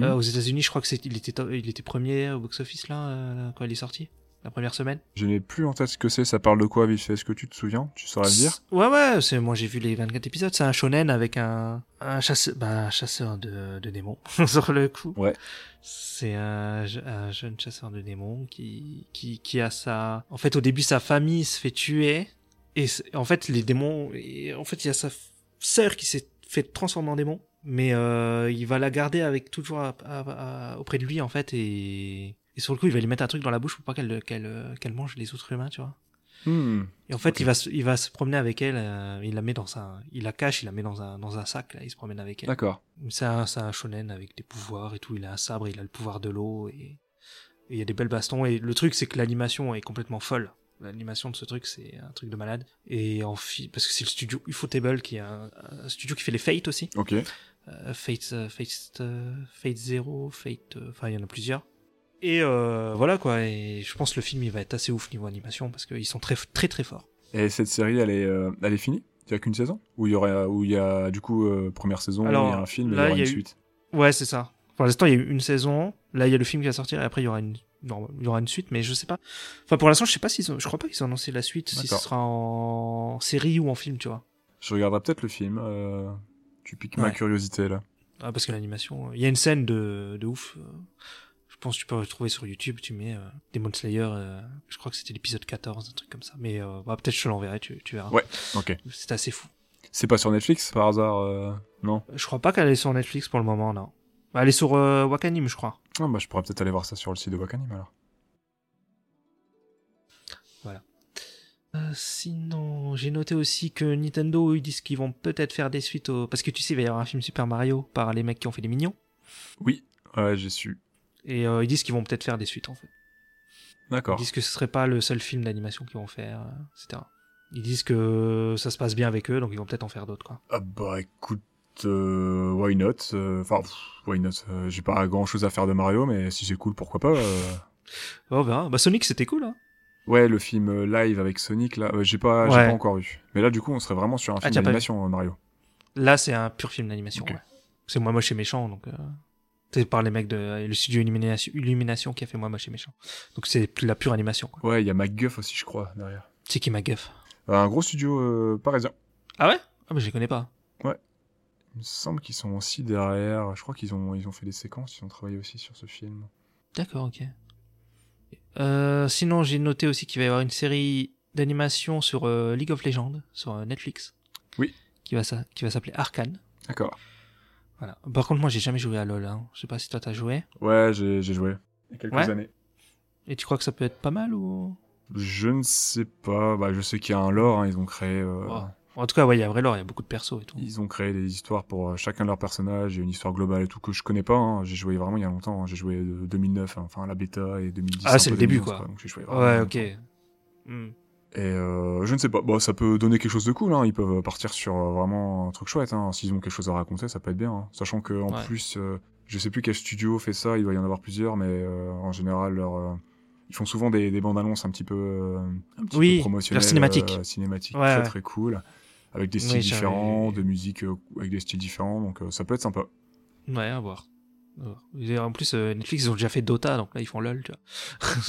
Euh, aux États-Unis, je crois que c'est, il était, to- il était premier au box-office là euh, quand il est sorti, la première semaine.
Je n'ai plus en tête ce que c'est. Ça parle de quoi, vite fait Est-ce que tu te souviens Tu sauras le dire
Ouais, ouais. C'est, moi, j'ai vu les 24 épisodes. C'est un shonen avec un, un chasseur, bah, un chasseur de, de démons sur le coup.
Ouais.
C'est un, je- un jeune chasseur de démons qui, qui, qui a sa. En fait, au début, sa famille se fait tuer. Et c'est- en fait, les démons. et en fait, il y a sa f- sœur qui s'est fait transformer en démon. Mais euh, il va la garder avec toujours à- à- à- auprès de lui, en fait. Et, et sur le coup, il va lui mettre un truc dans la bouche pour pas qu'elle qu'elle euh, qu'elle mange les autres humains, tu vois.
Hmm.
Et en fait,
Ok.
il, va se, il va se promener avec elle. euh, il la met dans un, il la cache, il la met dans un, dans un sac. Là, il se promène avec elle.
D'accord.
C'est un, c'est un shonen avec des pouvoirs et tout. Il a un sabre, il a le pouvoir de l'eau et et il y a des belles bastons. Et le truc, c'est que l'animation est complètement folle. L'animation de ce truc, c'est un truc de malade. Et en fi- parce que c'est le studio Ufotable qui est un, un studio qui fait les Fates aussi.
Ok.
Euh, Fate, euh, Fate, euh, Fate Zero, Fate, euh, enfin il y en a plusieurs. Et euh, voilà quoi. Et je pense que le film il va être assez ouf niveau animation parce qu'ils sont très très très forts.
Et cette série, elle est, euh, elle est finie Il n'y a qu'une saison Ou il y, aura- ou il y a du coup euh, première saison, il y
Alors,
a un film, et il y
là,
aura
il y
une
a eu-
suite
Ouais, c'est ça. Pour l'instant, il y a eu une saison. Là, il y a le film qui va sortir et après, il y aura une, non, il y aura une suite, mais je sais pas. Enfin, pour l'instant, je sais pas s'ils ont, je crois pas qu'ils ont annoncé la suite, si ce
D'accord.
sera en série ou en film, tu vois.
Je regarderai peut-être le film. euh, Tu piques ma
Ouais.
curiosité là.
Ah, parce que l'animation, euh, il y a une scène de, de ouf. euh, Je pense que tu peux retrouver sur YouTube, tu mets euh, Demon Slayer, euh, je crois que c'était l'épisode 14, un truc comme ça. Mais euh, bah, peut-être je te l'enverrai, tu, tu verras.
Ouais. Ok.
C'est assez fou.
C'est pas sur Netflix par hasard euh, Non
Je crois pas qu'elle est sur Netflix pour le moment, non. Elle est sur euh, Wakanim, je crois.
Ah bah je pourrais peut-être aller voir ça sur le site de Wakanim alors.
Euh, sinon, j'ai noté aussi que Nintendo, ils disent qu'ils vont peut-être faire des suites au... Parce que tu sais, il va y avoir un film Super Mario par les mecs qui ont fait les mignons.
Oui, ouais, j'ai su.
Et euh, ils disent qu'ils vont peut-être faire des suites, en fait. Ils
D'accord.
disent que ce serait pas le seul film d'animation qu'ils vont faire, euh, etc. Ils disent que ça se passe bien avec eux, donc ils vont peut-être en faire d'autres, quoi.
Ah bah écoute, euh, why not euh, Enfin, pff, why not euh, J'ai pas grand chose à faire de Mario, mais si c'est cool, pourquoi pas euh.
Oh, bah, bah Sonic, c'était cool, hein.
Ouais, le film euh, live avec Sonic là, euh, j'ai pas, j'ai
Ouais. Ah,
pas encore vu. Mais là du coup, on serait vraiment sur un film
t'as pas vu.
d'animation euh, Mario.
Là, c'est un pur film d'animation,
Ok.
ouais. C'est Moi Moche et Méchant, donc... euh, C'est par les mecs de euh, le studio Illumination, Illumination qui a fait Moi Moche et Méchant. Donc c'est la pure animation, quoi.
Ouais, il y a MacGuff aussi, je crois, derrière.
C'est qui ma gaffe
Un gros studio euh, parisien.
Ah ouais Ah, bah je les connais pas.
Il me semble qu'ils sont aussi derrière. Je crois qu'ils ont, ils ont fait des séquences, ils ont travaillé aussi sur ce film.
D'accord, ok. Euh, sinon, j'ai noté aussi qu'il va y avoir une série d'animation sur euh, League of Legends, sur euh, Netflix.
Oui.
Qui va, s'a- qui va s'appeler Arcane.
D'accord.
Voilà. Par contre, moi, j'ai jamais joué à LoL. Hein. Je sais pas si toi t'as joué.
Ouais, j'ai j'ai joué. Il y a quelques
Ouais.
années.
Et tu crois que ça peut être pas mal ou
Je ne sais pas. Bah, je sais qu'il y a un lore. hein, Ils ont créé. euh,
Ouais. En tout cas, ouais, il y a un vrai lore, il y a beaucoup de persos et tout.
Ils ont créé des histoires pour euh, chacun de leurs personnages et une histoire globale et tout que je connais pas. hein. J'ai joué vraiment il y a longtemps. hein. J'ai joué de 2009, hein, enfin la bêta et 2010.
Ah,
un
c'est
peu
le début,
2011,
quoi.
Donc j'ai joué vraiment euh,
Ouais,
longtemps.
ok. Hmm.
Et euh, je ne sais pas. Bon, ça peut donner quelque chose de cool. hein. Ils peuvent partir sur euh, vraiment un truc chouette. Hein. S'ils ont quelque chose à raconter, ça peut être bien. hein. Sachant que en
Ouais.
plus, euh, je sais plus quel studio fait ça. Il doit y en avoir plusieurs, mais euh, en général, leur, euh, ils font souvent des, des bandes annonces un petit peu, euh, un petit
Oui,
peu promotionnelles,
leurs cinématiques.
euh, cinématiques
Ouais,
très
ouais.
très cool, avec des
Oui,
styles
j'avais-
différents, de musique euh, avec des styles différents. Donc euh, ça peut être sympa. euh,
Ouais, à voir. À voir. Et En plus, euh, Netflix, ils ont déjà fait Dota, donc là, ils font LoL, tu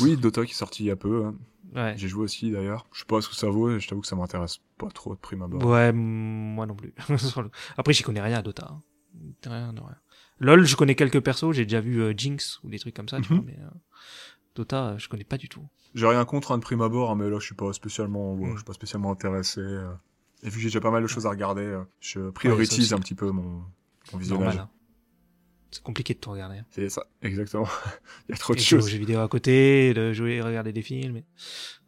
oui, Dota qui est sorti il y a peu. hein.
vois. Ouais.
J'ai joué aussi d'ailleurs. Je sais pas ce que ça vaut. et Je t'avoue que ça m'intéresse pas trop de prime abord.
Ouais, mm, moi non plus. Sur le- Après, j'y connais rien à Dota. hein. Rien de rien. LOL, je connais quelques persos, j'ai déjà vu euh, Jinx ou des trucs comme ça, tu
Mhm.
vois, mais euh, Dota, euh, je connais pas du tout.
J'ai rien contre un de prime abord, hein, mais là je suis pas spécialement, ouais,
Mm.
je suis pas spécialement intéressé. euh. Et vu que j'ai déjà pas mal de choses à regarder, euh, je
Ouais,
prioritise
ça aussi.
un petit peu mon, mon
C'est
visionnage.
normal. hein. C'est compliqué de tout regarder. hein.
C'est ça, exactement. Il y a trop de
Et de jouer aux
choses.
jeux vidéo à côté, de jouer, regarder des films. et-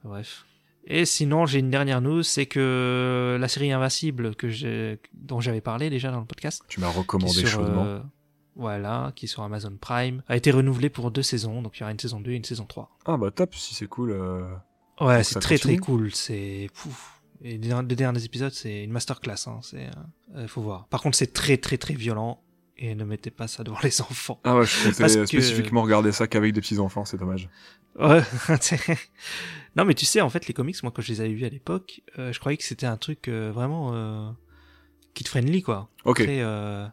Bref. Et sinon, j'ai une dernière news, c'est que euh, la série Invincible que j'ai- dont j'avais parlé déjà dans le podcast,
Tu m'as
qui est
recommandé
sur,
chaudement.
euh, voilà, qui est sur Amazon Prime, a été renouvelée pour deux saisons, donc il y aura une saison 2 et une saison 3.
Ah bah top, si c'est cool. euh,
Ouais,
Donc
c'est
ça
très
continue
très cool. C'est pouf. Et les derni- les derniers épisodes, c'est une masterclass. Hein. C'est, euh, euh, faut voir. Par contre, c'est très très très violent et ne mettez pas ça devant les enfants.
Ah ouais, je
Parce
comptais
que-
spécifiquement regarder ça qu'avec des petits enfants, c'est dommage.
Ouais. c'est- non, mais tu sais, en fait, les comics, moi, quand je les avais vus à l'époque, euh, je croyais que c'était un truc euh, vraiment euh, kid friendly, quoi.
Ok.
Très, euh,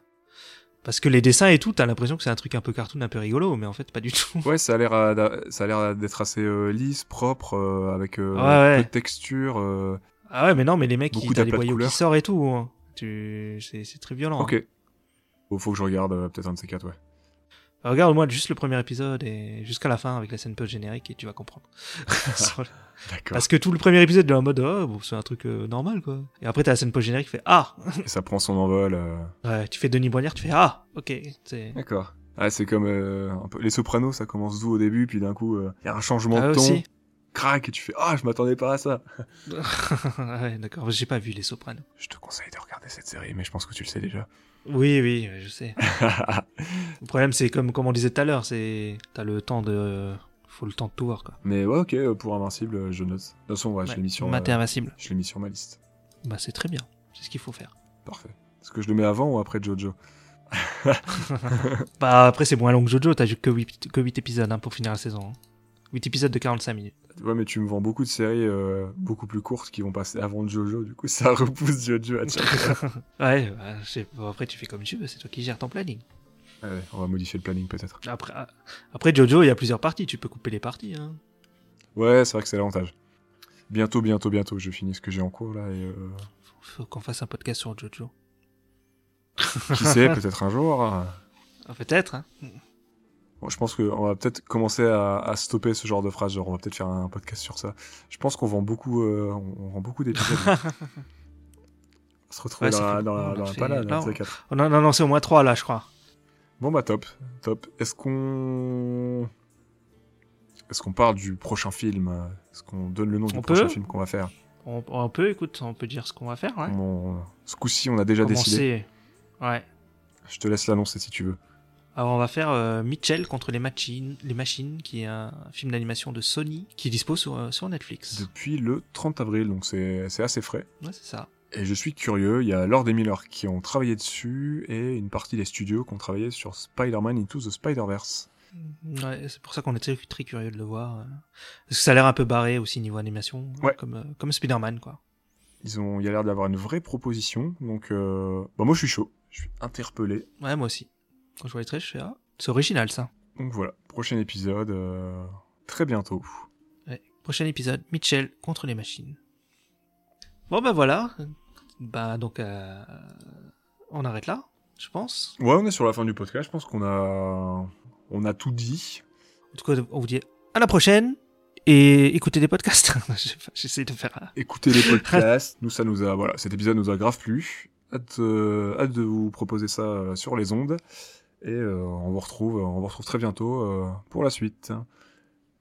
Parce que les dessins et tout, t'as l'impression que c'est un truc un peu cartoon, un peu rigolo, mais en fait, pas du tout.
Ouais, ça a l'air à- d'a- ça a l'air d'être assez euh, lisse, propre, euh, avec euh,
Ouais, ouais.
peu de texture. euh,
Ah ouais, mais non, mais les mecs,
Beaucoup
ils t'as les
d'aplats de
boyaux qui
couleurs.
sortent et tout. hein. Tu... C'est c'est très violent. hein.
Ok. Bon, faut que je regarde euh, peut-être un de ces quatre, ouais.
Regarde au moins juste le premier épisode et jusqu'à la fin avec la scène post-générique et tu vas comprendre. Sur le-
D'accord.
Parce que tout le premier épisode, il est en mode, oh, bon, c'est un truc euh, normal, quoi. Et après, t'as la scène post-générique, tu fais, ah!
Et ça prend son envol. euh,
Ouais, tu fais Denis Boignard, tu fais, ah! Ok, c'est...
D'accord. Ah, c'est comme euh, un peu... les Sopranos, ça commence doux au début, puis d'un coup, euh, il y a un changement
Ah,
de ton,
aussi.
crac, et tu fais Ah, je m'attendais pas à ça.
ouais, d'accord, j'ai pas vu Les Sopranos.
Je te conseille de regarder cette série, mais je pense que tu le sais déjà.
Oui, oui, ouais, je sais. Le problème, c'est comme, comme on disait tout à l'heure, c'est, t'as le temps de, faut le temps de tout voir, quoi.
mais ouais, ok, euh, pour Invincible, euh, je note. De toute façon, ouais, je l'ai mis sur, euh,
Maté invincible.
je l'ai mis sur ma liste.
Bah, c'est très bien. C'est ce qu'il faut faire.
Parfait. Est-ce que je le mets avant ou après Jojo
Bah, après, c'est moins long que Jojo, t'as que 8, que huit épisodes, hein, pour finir la saison. 8 épisodes de 45 minutes.
Ouais, mais tu me vends beaucoup de séries euh, beaucoup plus courtes qui vont passer avant Jojo, du coup, ça repousse Jojo à
ouais, bah, je sais pas. après tu fais comme tu veux, c'est toi qui gères ton planning.
Ah Ouais, on va modifier le planning peut-être.
Après, ah, après Jojo, il y a plusieurs parties, tu peux couper les parties. Hein.
Ouais, c'est vrai que c'est l'avantage. Bientôt, bientôt, bientôt, je finis ce que j'ai en cours là et. euh,
Faut, faut qu'on fasse un podcast sur Jojo.
Qui sait, peut-être un jour. hein.
Ah, Peut-être. Hein.
Bon, je pense qu'on va peut-être commencer à, à stopper ce genre de phrase. Genre, on va peut-être faire un podcast sur ça. Je pense qu'on vend beaucoup, euh, on, on vend beaucoup d'épisodes. on se retrouve
Ouais,
dans,
ça
la-
fait-
dans
on
la,
a
dans la
fait-
palade,
là,
hein,
on-
ces quatre.
Oh, non, non, non, c'est au moins 3 là, je crois.
Bon bah top, top. Est-ce qu'on, est-ce qu'on parle du prochain film euh, Est-ce qu'on donne le nom du
On
prochain
peut
film qu'on va faire
On, on peut, écoute, on peut dire ce qu'on va faire. Ouais.
On- Ce coup-ci, on a déjà
Commencer.
décidé.
Ouais.
Je te laisse l'annoncer si tu veux.
Alors on va faire euh, Mitchell contre les machines, les machines, qui est un film d'animation de Sony qui est dispo sur, euh, sur Netflix.
Depuis le 30 avril, donc c'est c'est assez frais.
Ouais, c'est ça.
Et je suis curieux, il y a Lord et Miller qui ont travaillé dessus et une partie des studios qui ont travaillé sur Spider-Man Into the Spider-Verse.
Ouais, c'est pour ça qu'on est très, très curieux de le voir. euh. Parce que ça a l'air un peu barré aussi niveau animation,
Ouais.
comme, euh, comme Spider-Man quoi.
Ils ont, il y a l'air d'avoir une vraie proposition, donc euh, bah moi je suis chaud, je suis interpellé.
Ouais, moi aussi. Quand je vois les traits, je fais ah, c'est original ça.
Donc voilà, prochain épisode euh, très bientôt.
Ouais. Prochain épisode, Mitchell contre les machines. Bon bah voilà. Bah donc euh, on arrête là. je pense.
Ouais, on est sur la fin du podcast. Je pense qu'on a, on a tout dit.
En tout cas, on vous dit à la prochaine et écoutez des podcasts. J'essaie de faire. un-
Écoutez les podcasts. nous, ça nous a, voilà, cet épisode nous a grave plu. Hâte, euh, hâte de vous proposer ça euh, sur les ondes. Et euh, on vous retrouve, on vous retrouve très bientôt euh, pour la suite.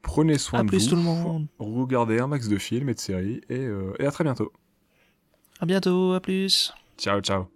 Prenez soin
À
de
plus
vous.
tout le monde.
Regardez un max de films et de séries et, euh, et à très bientôt.
À bientôt. À plus.
Ciao, ciao.